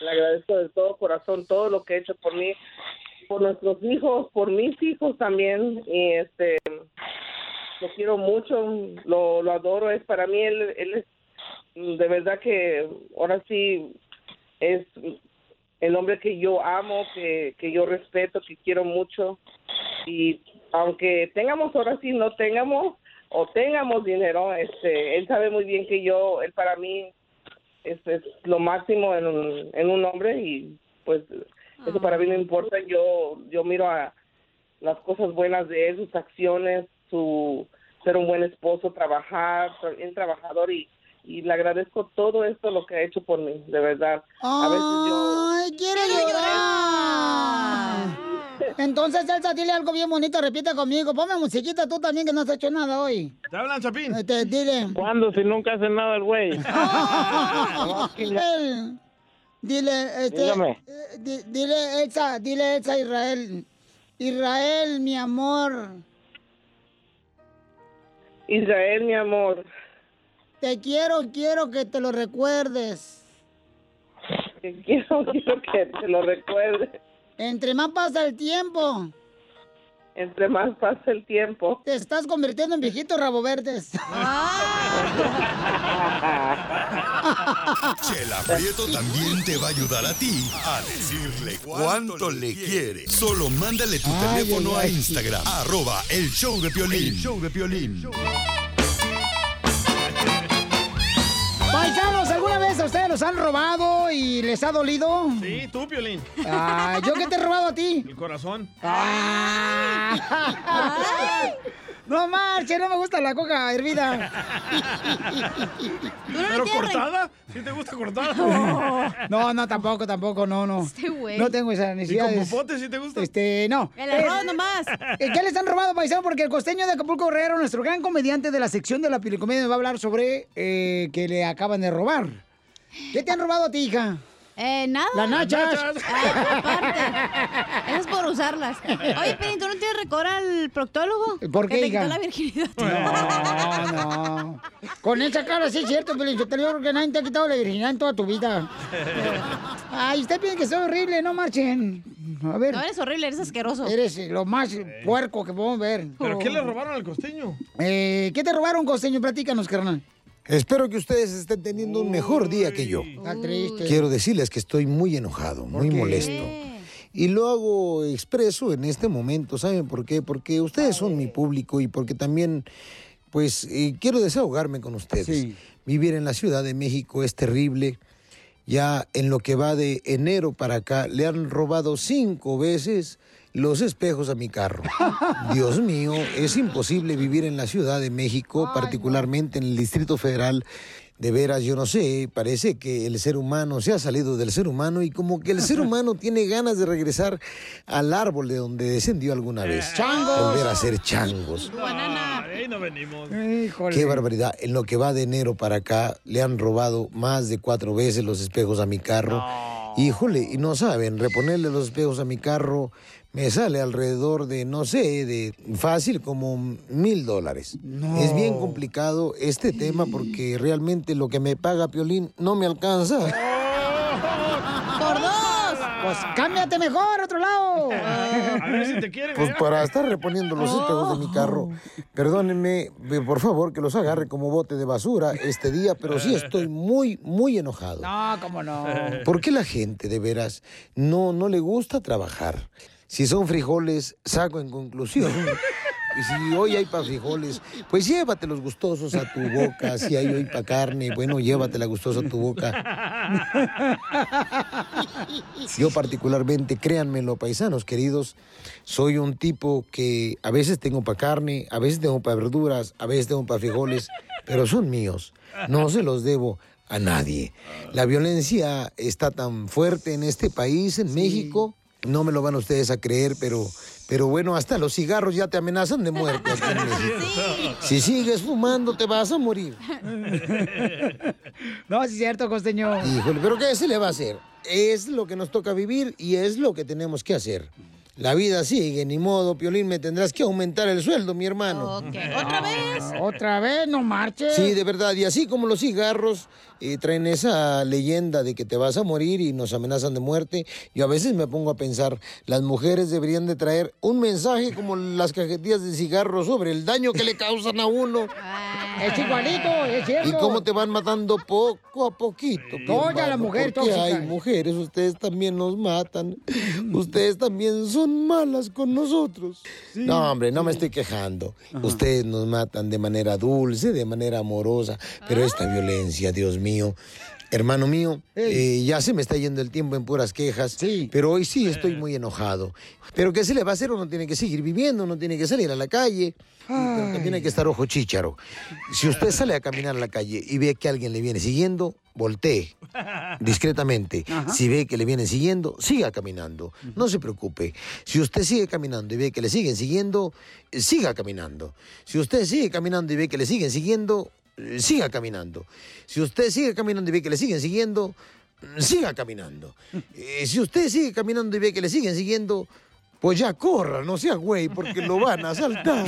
Le agradezco de todo corazón todo lo que ha hecho por mí, por nuestros hijos, por mis hijos también. Y este, lo quiero mucho, lo, lo adoro. Es para mí, él, él es mm, de verdad que ahora sí es el hombre que yo amo, que, que yo respeto, que quiero mucho. Y aunque tengamos ahora sí, no tengamos o tengamos dinero, este, él sabe muy bien que yo, él para mí es,
este,
es lo máximo en un, en un hombre y pues eso para mí no importa. Yo, yo miro a,
las cosas buenas de él, sus acciones, su ser un buen esposo, trabajar, ser bien trabajador y, y le agradezco todo esto lo que ha hecho por mí, de verdad. A veces
Ah.
yo
¡Ay, quiero llorar! Entonces, Elsa, dile algo bien bonito, repite conmigo. Ponme musiquita tú también, que no has hecho nada hoy.
¿Te hablan, Chapín?
Este, dile.
¿Cuándo si nunca hace nada el güey?
[laughs] Él, dile, este,
Dígame.
eh, di- dile, Elsa, dile, Elsa, Israel. Israel, mi amor,
Israel, mi amor,
te quiero, quiero que te lo recuerdes.
que quiero, [laughs] quiero que te lo recuerdes.
Entre más pasa el tiempo,
Entre más pasa el tiempo. Ah.
te estás convirtiendo en viejito rabo verdes.
[laughs]
Chela Prieto también te va a ayudar a ti a decirle cuánto le quiere. Solo mándale tu
Ay,
teléfono
ay,
a
ay.
Instagram, arroba Ah. el show de Piolín. show de Piolín.
Paisanos, ¿alguna vez a ustedes los han robado y les ha dolido?
Sí, tú, Piolín.
Ah, ¿yo Ah. qué te he robado a ti?
El corazón.
No marche, no me gusta la coca hervida.
[laughs] ¿Pero cortada? ¿Sí te gusta cortada?
No, no, tampoco, tampoco, no, no.
Este güey.
No tengo esa necesidad.
¿Y con popote sí te gusta?
Este, no.
El arroz
nomás. Ya les han robado, paisano, porque el costeño de Acapulco Guerrero, nuestro gran comediante de la sección de la pelicomedia, nos va a hablar sobre eh, que le acaban de robar. ¿Qué te han robado a ti, hija?
Eh, nada.
Las nachas.
Ah, aparte. Es por usarlas. Oye, Piolín, ¿tú no tienes record al proctólogo?
¿Por qué,
Que te
hija?
quitó la virginidad. [laughs]
[laughs]
No, no. Con esa cara sí es cierto, pero yo te digo que nadie te ha quitado la virginidad en toda tu vida. Ay, usted piensa que soy horrible, no marchen. A ver.
No eres horrible, eres asqueroso.
Eres lo más puerco que podemos ver.
¿Pero qué le robaron al costeño?
Eh, ¿Qué te robaron, costeño? Platícanos, carnal.
Espero que ustedes estén teniendo un mejor día que yo.
Está triste.
Quiero decirles que estoy muy enojado, muy molesto. Y lo hago expreso en este momento, ¿saben por qué? Porque ustedes son mi público y porque también, pues, eh, quiero desahogarme con ustedes. Vivir en la Ciudad de México es terrible. Ya en lo que va de enero para acá, le han robado cinco veces los espejos a mi carro. Dios mío, es imposible vivir en la Ciudad de México, particularmente en el Distrito Federal. De veras, yo no sé, parece que el ser humano se ha salido del ser humano y como que el ser humano tiene ganas de regresar al árbol de donde descendió alguna vez.
¡Changos!
Volver a ser changos.
Banana. ahí no venimos.
Qué barbaridad. En lo que va de enero para acá, le han robado más de cuatro veces los espejos a mi carro. Híjole, y no saben, reponerle los espejos a mi carro me sale alrededor de, no sé, de fácil como mil dólares. Es bien complicado este tema porque realmente lo que me paga Piolín no me alcanza.
¡Por dos! Pues cámbiate mejor, otro lado.
A ver si te quieren.
¿eh?
Pues para estar reponiendo los espejos de mi carro,
Oh.
perdónenme, eh, por favor, que los agarre como bote de basura este día, pero sí estoy muy, muy enojado.
No, cómo no.
[laughs] ¿Por qué la gente de veras no, no le gusta trabajar? Si son frijoles, saco en
[laughs]
conclusión. Y si hoy hay para frijoles, pues llévate los gustosos a tu boca. Si hay hoy para carne, bueno, llévatela gustosa a tu boca. Yo particularmente, créanmelo, paisanos queridos, soy un tipo que a veces tengo para carne, a veces tengo para verduras, a veces tengo para frijoles, pero son míos. No se los debo a nadie. La violencia está tan fuerte en este país, en México. No me lo van ustedes a creer, pero, pero bueno, hasta los cigarros ya te amenazan de muerte. aquí en México. Si sigues fumando, te vas a morir.
No, sí es cierto, costeño.
Híjole, pero ¿qué se le va a hacer? Es lo que nos toca vivir y es lo que tenemos que hacer. La vida sigue, ni modo, Piolín, me tendrás que aumentar el sueldo, mi hermano.
¿Otra vez? Ah, Otra vez, no marches.
Sí, de verdad, y así como los cigarros eh, traen esa leyenda de que te vas a morir y nos amenazan de muerte, yo a veces me pongo a pensar, las mujeres deberían de traer un mensaje como las cajetillas de cigarro sobre el daño que le causan a uno.
Es igualito, es cierto.
Ah. Y cómo te van matando poco a poquito. mi
Toda
hermano,
la mujer
porque
tóxica.
hay mujeres, ustedes también nos matan. Ustedes también son malas con nosotros. No, hombre, no me estoy quejando. Ustedes nos matan de manera dulce, de manera amorosa. Pero esta violencia, Dios mío, Hermano mío, eh, ya se me está yendo el tiempo en puras quejas, pero hoy sí
Eh.
estoy muy enojado. Pero ¿qué se le va a hacer? Uno tiene que seguir viviendo, uno tiene que salir a la calle,
Ah.
pero también hay que estar ojo chícharo. Si usted sale a caminar a la calle y ve que alguien le viene siguiendo, voltee
[laughs]
discretamente. Si ve que le vienen siguiendo, siga caminando. No se preocupe. Si usted sigue caminando y ve que le siguen siguiendo, eh, siga caminando. Si usted sigue caminando y ve que le siguen siguiendo, eh, siga caminando. Si usted sigue caminando y ve que le siguen siguiendo, mm, siga caminando. Eh, si usted sigue caminando y ve que le siguen siguiendo, pues ya corra, no sea güey, porque lo van a asaltar.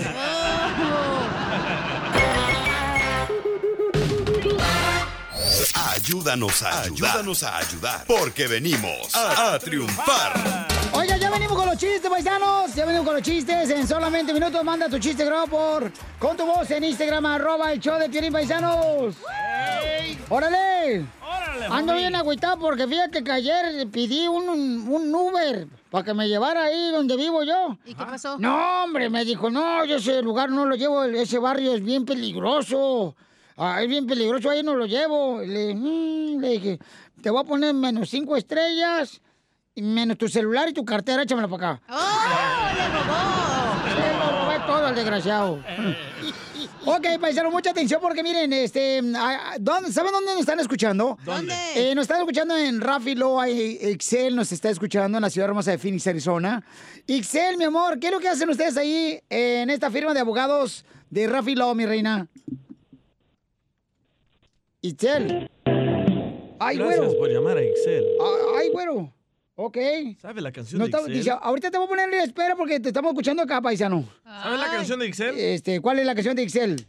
Ayúdanos a ayudar. Ayúdanos a ayudar. Porque venimos a, a triunfar.
Oiga, ya venimos con los chistes, paisanos. Ya venimos con los chistes. En solamente minutos manda tu chiste grabado por con tu voz en Instagram, arroba el show de Piolín, paisanos. ¡Órale! Ando
Bobby.
bien agüitado porque fíjate que ayer pedí un, un, un Uber para que me llevara ahí donde vivo yo.
¿Y qué pasó?
No, hombre, me dijo, no, yo ese lugar no lo llevo, ese barrio es bien peligroso. Ah, es bien peligroso, ahí no lo llevo. Le, mm, le dije, te voy a poner menos cinco estrellas, y menos tu celular y tu cartera, échamela para acá.
¡Oh, le robó!
Se lo robé todo al desgraciado. Ok, paisanos, mucha atención porque miren, este, a- a- ¿dónde- ¿saben dónde nos están escuchando?
¿Dónde?
Eh, nos están escuchando en Rafi Loa, eh, Excel nos está escuchando en la ciudad hermosa de Phoenix, Arizona. Excel, mi amor, ¿qué es lo que hacen ustedes ahí eh, en esta firma de abogados de Rafi Loa, mi reina? Excel. Ay,
Gracias
güero.
por llamar a Excel.
Ay, güero. Ok.
¿Sabe la canción
No
de
está-
Excel?
dice, ahorita te voy a poner en espera porque te estamos escuchando acá, paisano.
¿Sabe la canción de Excel?
Este, ¿cuál es la canción de Excel?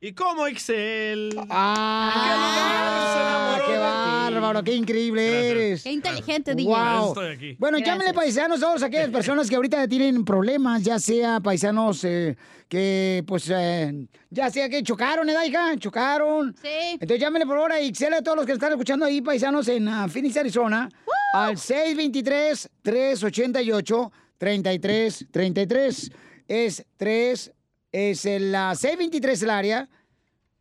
¿Y cómo Excel?
Ah, qué bárbaro, qué increíble eres.
Qué inteligente, DJ.
Wow.
Estoy aquí.
Bueno,
Gracias.
llámenle paisanos todos a
[laughs]
aquellas personas que ahorita tienen problemas, ya sea paisanos eh, que, pues, eh, ya sea que chocaron, ¿eh, hija? Chocaron. Sí. Entonces llámenle por ahora y a todos los que están escuchando ahí, paisanos, en ah, Phoenix, Arizona, al 623-388-3333. Es 3, es la 623 el área.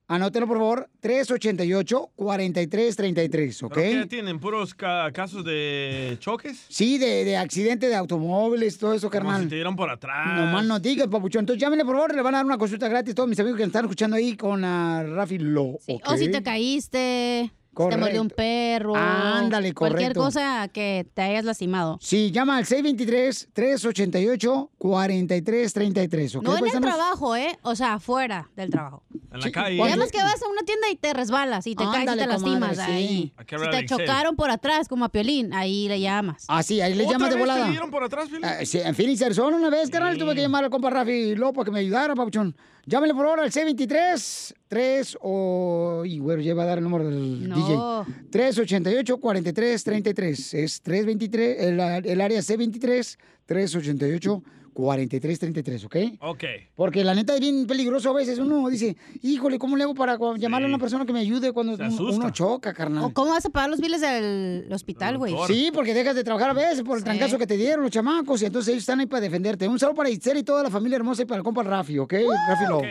Anótelo, por favor, 388-4333, ¿ok?
¿Pero ¿Qué tienen? ¿Puros ca- casos de choques?
Sí, de, de accidente de automóviles, todo eso,
Como si
carnal.
te dieron por atrás.
No más no digas, papuchón. Entonces llámenle, por favor, le van a dar una consulta gratis a todos mis amigos que están escuchando ahí con a Rafi Lo. ¿ok?
O si te caíste, si te
Correcto.
mordió un perro.
Ándale,
Cualquier
correcto.
cosa que te hayas lastimado.
Sí, llama al 623-388-4333, ¿ok? pues,
No en el
paisanos?
trabajo, ¿eh? O sea, fuera del trabajo.
En
Sí,
la calle.
Además que vas a una tienda y te resbalas y te caes y
Ándale,
te lastimas.
comadre, sí.
ahí.
Hay que
Si
hablar
te
de Excel.
chocaron por atrás, como a Piolín, ahí le llamas.
Ah, sí, ahí le
¿Otra
llamas de
vez te
volada.
dieron
por atrás, Felipe?
Ah, sí, en Phoenix, Arizona, una vez, carnal, tuve que llamar al compa Rafi Lo para que me ayudara, papuchón. Llámenle, por favor, al C23 3 o... Y, güero, ya iba a dar el número del
No.
DJ. 388-4333. Es 323, el, el área C23 388 4333, ¿ok?
Ok.
Porque la neta es bien peligroso a veces. Uno dice, híjole, ¿cómo le hago para co- llamarle a una persona que me ayude cuando
Se
uno-
asusta.
uno choca, carnal?
¿O cómo vas a pagar los biles del hospital, güey?
Sí, porque dejas de trabajar a veces por el trancazo que te dieron los chamacos y entonces ellos están ahí para defenderte. Un saludo para Itzel y toda la familia hermosa y para el compa Rafi, ¿ok? Rafi Lowe.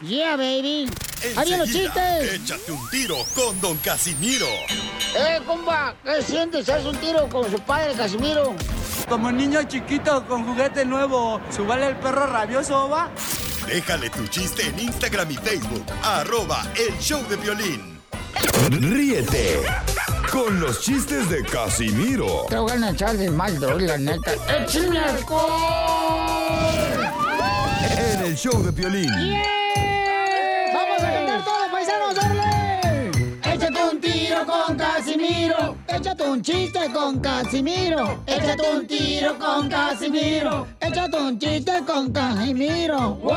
Yeah, baby. Ahí vienen los
Enseguida,
chistes.
Échate un tiro con Don Casimiro.
Eh, compa, ¿qué sientes? ¿Haz un tiro con su padre, Casimiro?
Como niño chiquito con juguete nuevo, ¿subale el perro rabioso, va?
Déjale tu chiste en Instagram y Facebook. Arroba el show de violín. Ríete con los chistes de Casimiro.
Te voy a echar de mal, bro, la neta. ¡Échame alcohol!
En el show de violín.
¡Vamos a cantar todos, paisanos! ¡Órale! Échate un tiro con Casimiro. Échate un chiste con Casimiro. Échate un tiro con Casimiro. Échate un chiste con Casimiro. ¡Wow!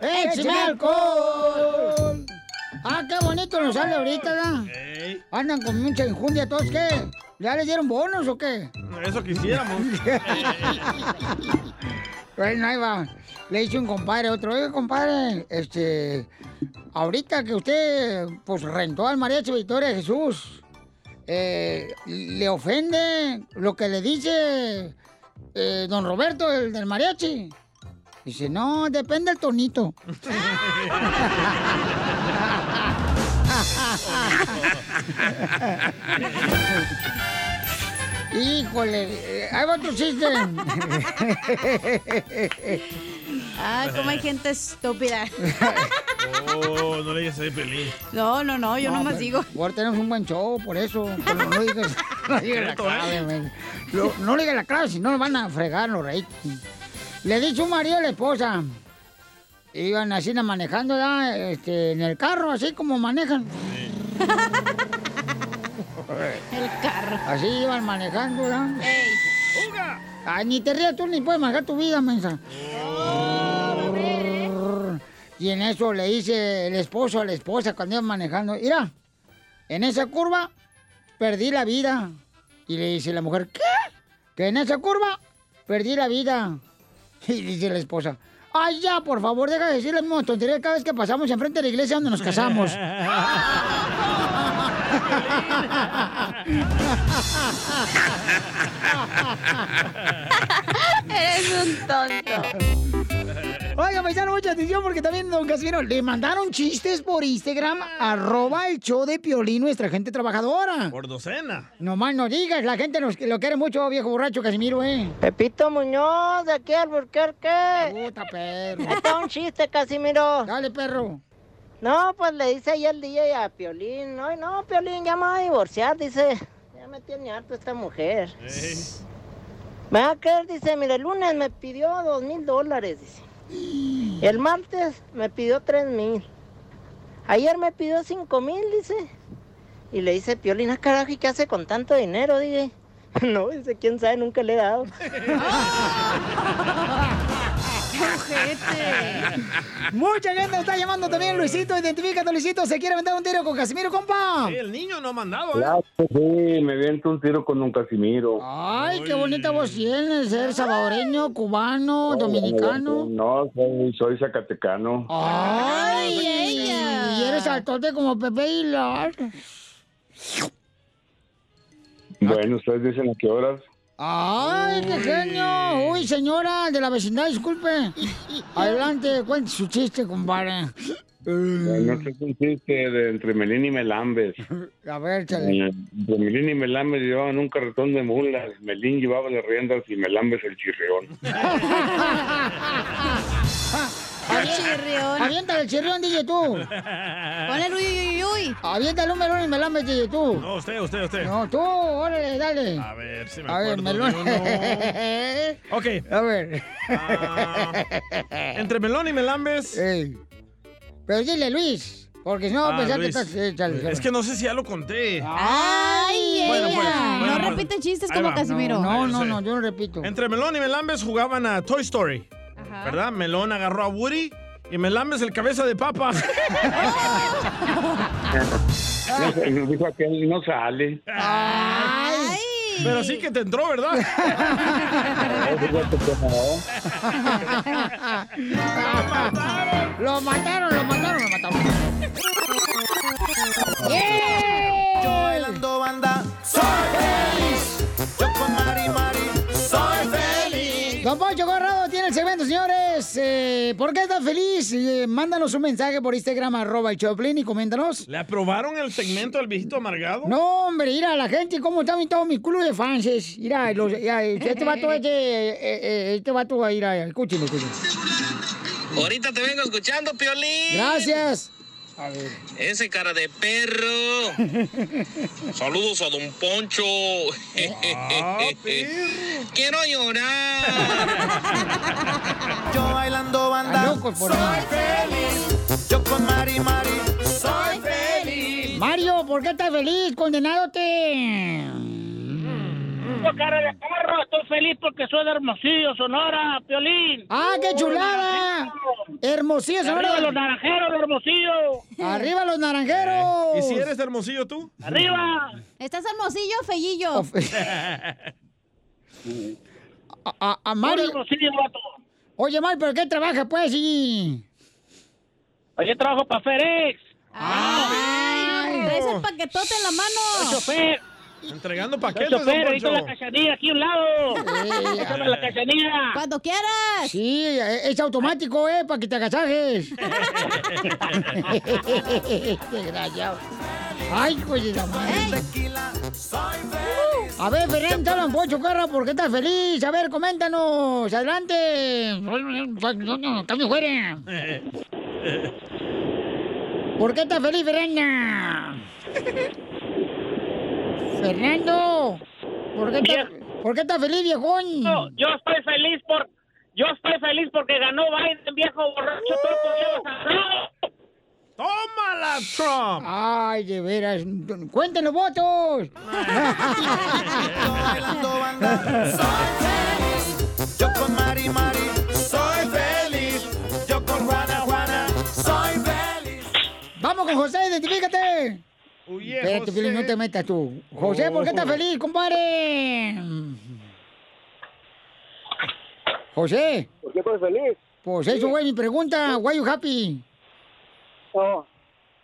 ¡Échame alcohol! Ah, qué bonito nos sale ahorita, ¿verdad? Andan con mucha injundia todos, ¿qué? ¿Ya les dieron bonos o qué?
Eso
[laughs]
quisiéramos.
Bueno, Pues ahí va. Le dice un compadre a otro, oiga, compadre, este, ahorita que usted, pues, rentó al mariachi Victoria Jesús, eh, ¿le ofende lo que le dice eh, don Roberto, el del mariachi? Dice, no, depende del tonito. Híjole, eh, ahí va tu chiste.
Ah, cómo hay gente estúpida.
Oh, no le digas ahí, Pelín.
No, no, no, yo nomás
pero-
digo.
Ahora tenemos un buen show, por eso. Pero no digas, no digas la
Cierto,
clave,
¿eh?
men. Lo- No digas la clave, si no lo van a fregar los reyes. Le dice un marido a la esposa. Iban así na, manejando ¿da? Este, en el carro, así como manejan.
[laughs] El carro.
Así iban manejando, ¿verdad? Ay, ni te rías tú ni puedes manejar tu vida, mensa. Y en eso le dice el esposo a la esposa cuando iban manejando, mira, en esa curva perdí la vida. Y le dice la mujer, ¿qué? Que en esa curva perdí la vida. [laughs] Y dice la esposa, ay ya, por favor, deja de decir la misma tontería cada vez que pasamos enfrente de la iglesia donde
[laughs]
nos casamos.
[laughs] Eres un tonto.
Oiga, paisano, mucha atención porque también, don Casimiro, le mandaron chistes por Instagram, arroba el show de Piolín, nuestra gente trabajadora.
Por docena.
Nomás no digas, la gente nos, lo quiere mucho, viejo borracho Casimiro, ¿eh?
Pepito Muñoz, de aquí al Burquerque.
Puta perro.
Está un chiste, Casimiro.
Dale, perro.
No, pues le dice ahí el DJ a Piolín. No, no, Piolín, ya me va a divorciar, dice. Ya me tiene harto esta mujer. Me va a querer, dice, mire, el lunes me pidió dos mil dólares, dice. El martes me pidió tres mil. Ayer me pidió cinco mil, dice. Y le dice, Piolín, ah, carajo, ¿y qué hace con tanto dinero, dije? [laughs] No, dice, quién sabe, nunca le he dado.
[laughs] Mucha gente nos está llamando también, Luisito, identifícate, Luisito, se quiere aventar un tiro con Casimiro, compa.
Sí, el niño no ha mandado, ¿eh?
Claro que sí, me viento un tiro con un Casimiro.
Ay, Oh. qué bonita voz tienes, ser salvadoreño, cubano, dominicano.
No, soy, soy zacatecano.
Ay, ella. Y eres altote como Pepe Hilar.
Bueno, ustedes dicen a qué horas.
Ah, Ay, qué genio. Uy, señora de la vecindad, [laughs] disculpe. Adelante, cuente su chiste, compadre.
Bueno, este es un chiste de entre Melín y Melambes.
A ver, [laughs] chale.
Eh, Entre Melín y Melambes llevaban un carretón de mulas. Melín llevaba las riendas y Melambes el chirrión. [laughs]
Chirrión.
Aviéntale el chirrión, DJ, tú.
Ponle el uy, uy, uy, uy.
Aviéntale un melón y melame, DJ, tú.
No, usted, usted, usted.
No, tú, órale, dale.
A ver si me
A
acuerdo.
ver, melón.
de
[laughs]
uno. Ok.
A ver.
Entre melón y melambes.
Pero dile, Luis, porque si no,
Ah,
pensar que
Luis.
estás... eh, chale, chale.
Es que no sé si ya lo conté.
Ay,
Bueno,
ella.
pues, bueno,
no
pues.
repite chistes
Ahí
como
va.
Casimiro.
No, no,
No, yo no repito.
Entre Melón y Melambes jugaban a Toy Story. ¿Verdad? Melón agarró a Woody y Melambes el cabeza de papa. [laughs]
No, nos dijo aquel, no sale.
Pero sí que te entró, ¿verdad?
No, fíjate ¿eh? que no.
[laughs] Lo mataron, lo mataron, lo
[laughs]
mataron.
Yo bailando banda, soy feliz. Yo con Mari Mari, soy feliz.
Don Poncho Corrado tiene el segmento, señores. Eh, ¿Por qué estás feliz? Eh, mándanos un mensaje por Instagram, arroba el Choplin y coméntanos.
¿Le aprobaron el segmento al viejito amargado?
No, hombre, mira, la gente, cómo están todos mis culos de fans. es, Mira, los, ya, este vato, este, eh, eh, este vato, mira, escúchenlo, escúchenlo.
Ahorita te vengo escuchando, Piolín.
Gracias. A ver.
Ese cara de perro. Saludos a Don Poncho. [laughs] Quiero llorar.
Yo bailando banda, soy feliz. Yo con Mari Mari, soy feliz.
Mario, ¿por qué estás feliz? Condenadote.
Yo, cara de perro, estoy feliz porque soy de Hermosillo, Sonora, Piolín.
¡Ah, qué chulada! Hermosillo, Sonora.
Arriba los naranjeros, los Hermosillo.
¡Arriba los naranjeros!
Eh, ¿Y si eres de hermosillo tú? [laughs]
¿Estás hermosillo o fellillo?
[laughs] A, a- a Mario. Oye, Mario, ¿pero qué trabaja, pues? Y...
Oye, trabajo para FedEx.
Ay, traes el paquetote en la mano.
chofer.
Entregando
Soy
paquetes, don
chofer, ahorita la
Poncho.
cachanilla aquí a un lado. Échame la cachanilla.
Cuando quieras.
Sí, e- es automático,
[laughs]
¿eh? Para que te agasajes. Qué desgraciado. Ay, güey, la madre. A ver, Ferén, te hablan Pocho Carra, ¿por qué estás feliz? A ver, coméntanos, adelante. Cambio fuera. ¿Por qué estás feliz, Fernanda? Fernando, ¿por qué estás, ¿por qué estás feliz, viejón?
Yo estoy feliz por... Yo estoy feliz porque ganó Biden, viejo borracho, todo
¡Tómala, Trump! Ay, de veras. ¡Cuenten los votos!
Yo con Mari Mari soy feliz. Yo con Juana Juana soy feliz.
¡Vamos con José, identifícate! Espérate, Piolín, no te metas tú. José, ¿por qué estás
Oh.
feliz, compadre? José.
¿Por qué estoy feliz?
Pues eso fue mi pregunta. Why you happy?
No, Oh,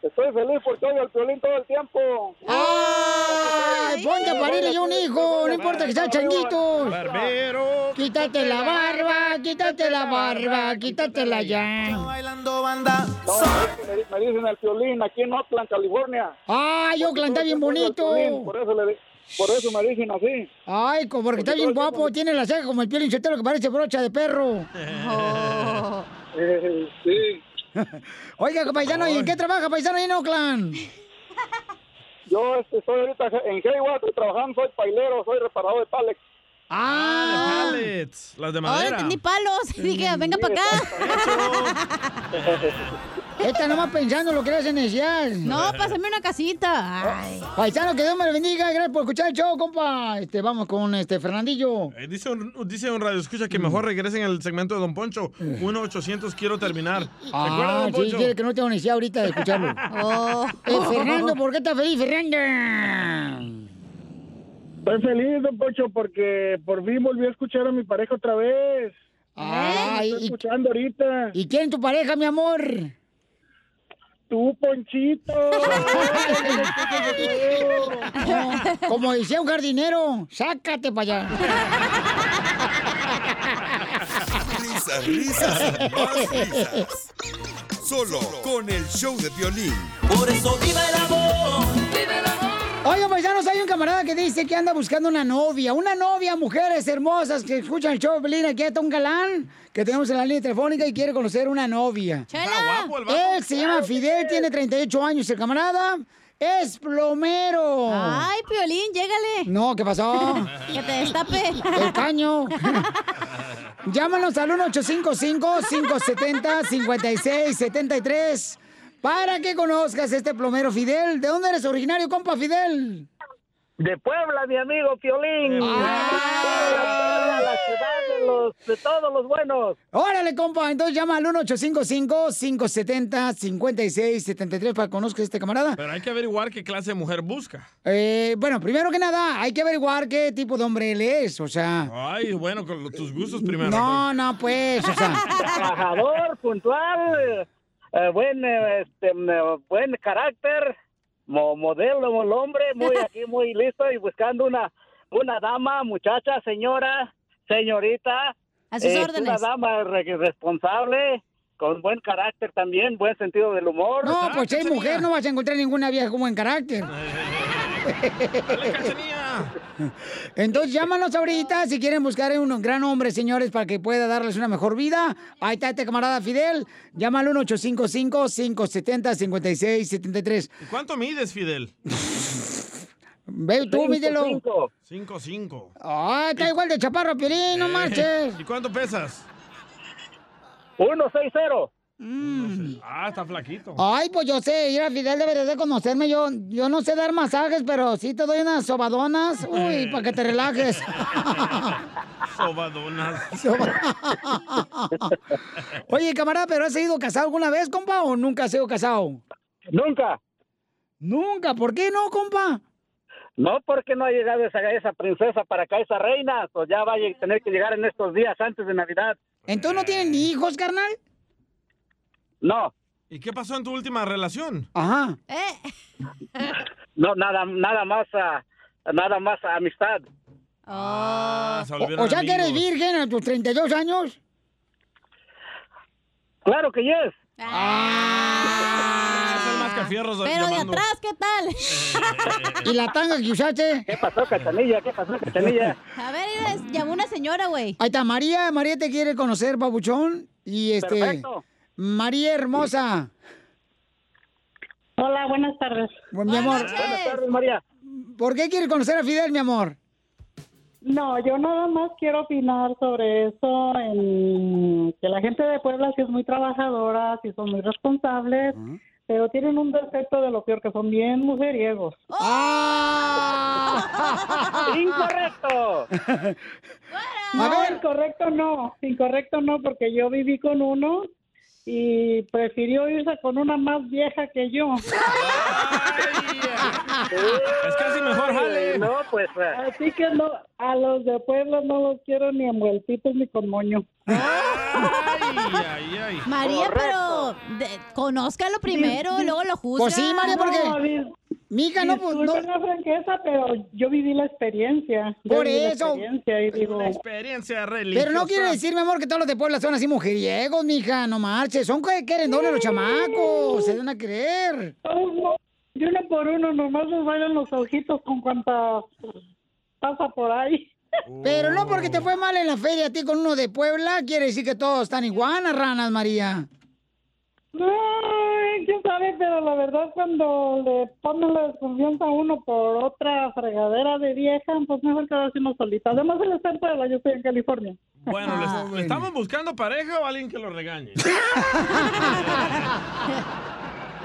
estoy feliz porque oigo el violín todo el tiempo.
¡Ay! Ponte a parir ya un hijo, no importa que sean changuitos.
Barbero.
Quítate la barba, quítate la barba, quítatela ya.
Bailando banda. No, es que me,
[laughs]
me dicen el violín aquí en Oakland, California.
¡Ay, Oakland está bien bonito!
Piolín, Por eso, le, di- por eso me dicen así.
Ay, como que está bien guapo, tiene la ceja como el piel que parece brocha de perro. Oh.
Eh, sí.
Oiga, paisano, ¿y en qué trabaja, paisano, ahí en Oakland?
[laughs] Yo este, estoy ahorita en Hayward, estoy trabajando, soy pailero, soy reparador de pallets.
Ah,
de pallets, las de
Ahora
madera.
entendí palos. [laughs] Dije, venga para acá.
[laughs]
Esta nomás pensando lo que le hace necesidad. No, pásame una casita. Paisano, que Dios me lo bendiga. Gracias por escuchar el show, compa. Este, vamos con este Fernandillo.
Eh, Dice un, dice un radio escucha que mejor regresen al segmento de Don Poncho. 1-800 quiero terminar. ¿Recuerda,
Ah,
Don
sí,
Poncho?
quiere que no tengo necesidad ahorita de escucharlo. [laughs] Eh, Fernando, ¿por qué estás feliz, Fernando?
Estoy feliz, don Pocho, porque por fin volví a escuchar a mi pareja otra vez.
Ay,
estoy escuchando ahorita.
¿Y quién es tu pareja, mi amor?
Tú, Ponchito.
Como- [laughs] Como decía un jardinero, sácate para allá.
Risas, risas, y más risas. Solo con el show de violín. Por eso viva el amor.
Oigan, paisanos, hay un camarada que dice que anda buscando una novia. Una novia, mujeres hermosas que escuchan el show, Belina. Aquí está un galán que tenemos en la línea telefónica y quiere conocer una novia.
Ah,
Él se llama Fidel, tiene 38 años el camarada. Es plomero.
Ay, Piolín, llégale.
No, ¿qué pasó?
[laughs] que te destape.
El
[laughs]
caño. Llámanos al 1-855-570-5673 para que conozcas este plomero Fidel. ¿De dónde eres originario, compa Fidel?
De Puebla, mi amigo Piolín.
Ah. Puebla,
la ciudad de, los, de todos los buenos.
Órale, compa. Entonces llama al 1-855-570-5673 para que conozcas a este camarada.
Pero hay que averiguar qué clase de mujer busca.
Eh, bueno, primero que nada, hay que averiguar qué tipo de hombre él es, o sea...
Ay, bueno, con lo- tus gustos primero.
No, no, pues, o sea...
[laughs] Trabajador, puntual, eh, buen, eh, este, eh, buen carácter, mo- modelo, el hombre,
[laughs]
muy aquí, muy listo y buscando una, una dama, muchacha, señora, señorita.
A sus
eh,
órdenes.
Una dama re- responsable, con buen carácter también, buen sentido del humor.
No, pues si hay mujer, no vas a encontrar ninguna vieja con buen carácter. [laughs] Entonces llámanos ahorita si quieren buscar un gran hombre, señores, para que pueda darles una mejor vida. Ahí está este camarada Fidel. Llámalo 1-855-570-5673.
¿Cuánto mides, Fidel?
Ve tú, mídelo.
5, 5.
Ah, está igual de chaparro, Piolín, no marches.
¿Y cuánto pesas?
160.
Mm.
Ah, está flaquito.
Ay, pues yo sé, mira, Fidel debería de conocerme. Yo, yo no sé dar masajes, pero sí te doy unas sobadonas. Uy, para que te relajes. [laughs]
Sobadonas.
Oye, camarada, ¿pero has sido casado alguna vez, compa, o nunca has sido casado?
Nunca.
Nunca, ¿por qué no, compa?
No, porque no ha llegado esa, esa princesa para acá, esa reina. Pues ya va a tener que llegar en estos días antes de Navidad.
¿Entonces no tienen ni hijos, carnal?
No,
¿Y qué pasó en tu última relación?
Ajá.
no, nada, nada más, ah, nada más amistad.
O, o sea que eres virgen a tus 32 años.
Claro que yes.
Ah,
mascafierros
Pero de
llamando.
atrás, ¿qué tal?
¿Y la tanga que usaste?
¿Qué pasó, cachanilla? ¿Qué pasó, cachanilla?
[laughs] A ver, mira,
[laughs]
llamó una señora, güey.
Ahí está, María. María te quiere conocer, babuchón. Y este.
Perfecto.
María hermosa.
Hola, buenas tardes.
mi amor.
Buenas tardes,
María.
¿Por qué quiere conocer a Fidel, mi amor?
No, yo nada más quiero opinar sobre eso, en que la gente de Puebla sí es muy trabajadora, sí son muy responsables, pero tienen un defecto de lo peor, que son bien mujeriegos.
¡Incorrecto!
No, incorrecto no, incorrecto no, porque yo viví con uno y prefirió irse con una más vieja que yo.
[laughs] Es casi mejor, jale.
No, pues.
Así que no, a los de Puebla no los quiero ni envueltitos ni con moño.
María, pero de- conózcalo primero,
Pues Sí.
luego lo juzga.
No, dis-
Mica, no, pues,
disculpen la franqueza, pero yo viví la experiencia. Yo
Por
viví la
eso.
experiencia y digo,
La experiencia religiosa.
Pero no quiere decir, mi amor, que todos los de Puebla son así mujeriegos, mija. No marches. Son que quieren doble los chamacos. Se dan a creer.
uno- de uno por uno nomás les bailan los ojitos con cuanta pasa por ahí.
Pero no porque te fue mal en la feria a ti con uno de Puebla, quiere decir que todos están iguanas, ranas, María.
Ay, quién sabe, pero la verdad cuando le ponen la desconfianza a uno por otra fregadera de vieja, pues mejor quedarse uno solita. Además él está en Puebla, yo estoy en California.
Bueno,
Ah.
les- ¿estamos buscando pareja o alguien que
[laughs]
lo regañe?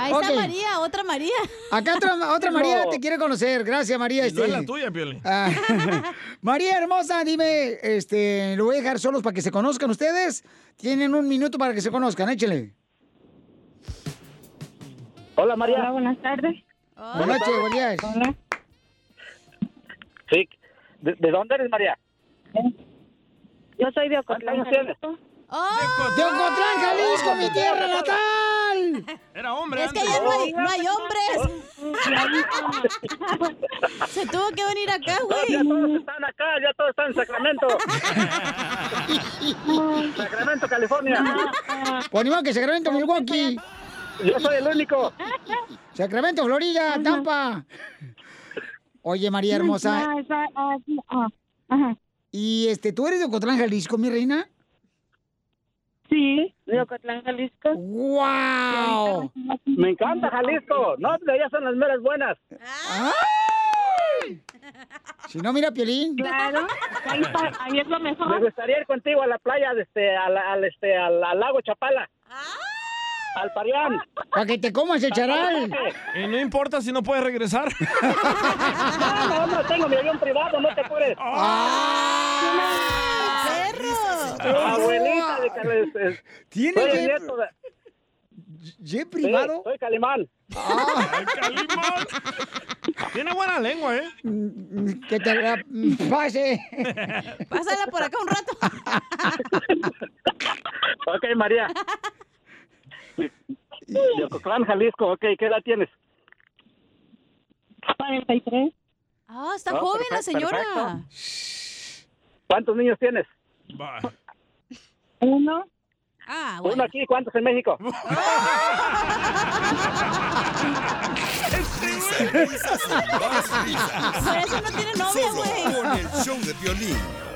Ahí
Ok.
está María, otra María. [laughs]
Acá
[laughs]
otra, otra María te quiere conocer. Gracias, María.
No es la
este.
tuya, Piolín.
Ah, [laughs] María hermosa, dime, este, lo voy a dejar solos para que se conozcan ustedes. Tienen un minuto para que se conozcan, échele.
Hola, María.
Hola, buenas tardes.
Buenas noches, buen día.
Hola.
Sí. ¿De, de dónde eres, María?
Yo soy de Ocotlán,
¿Cuántos años
Jalisco.
Oh.
¡De Ocotlán, Jalisco, mi tierra
[laughs]
natal!
Era hombre.
Es que
antes.
allá no hay, no hay hombres. [laughs] Se tuvo que venir acá,
Ya
güey.
todos están acá, ya todos están en Sacramento. Sacramento, California.
Ponimos pues que Sacramento, Milwaukee.
Yo soy el único.
[laughs] Sacramento, Florida, Tampa. Oye, María hermosa.
Ah, esa- ah, sí, ah, ajá.
¿Y este, tú eres de Ocotlán, Jalisco, mi reina?
Sí, de Ocotlán, Jalisco.
¡Wow!
Me encanta Jalisco. No, de allá son las meras buenas.
Si no, mira, Piolín.
Claro, ahí, está, ahí es lo mejor.
Me gustaría ir contigo a la playa, de este, al, al, este, al, al lago Chapala.
Ah.
Al Parián.
Para que te comas el charal.
Y no importa si no puedes regresar.
No, no tengo mi avión privado, no te apures.
Ah.
Ah, Abuelita de Carles.
¿Tiene
soy
que-
el nieto de-
¿Jet
Sí,
privado? Ah.
soy Calimán.
Tiene buena lengua, ¿eh?
[laughs] Que te la pase.
Pásala por acá un rato.
Ok, María. De Ocotlán, Jalisco. Ok, ¿qué edad tienes?
43.
Ah, está
Ah,
joven la
perfecto,
señora.
¿Cuántos niños tienes?
Uno.
Ah,
Uno aquí, ¿cuántos en México?
Risas, risas y más risas.
Por eso no tiene novia,
Solo
güey.
Con el show de violín.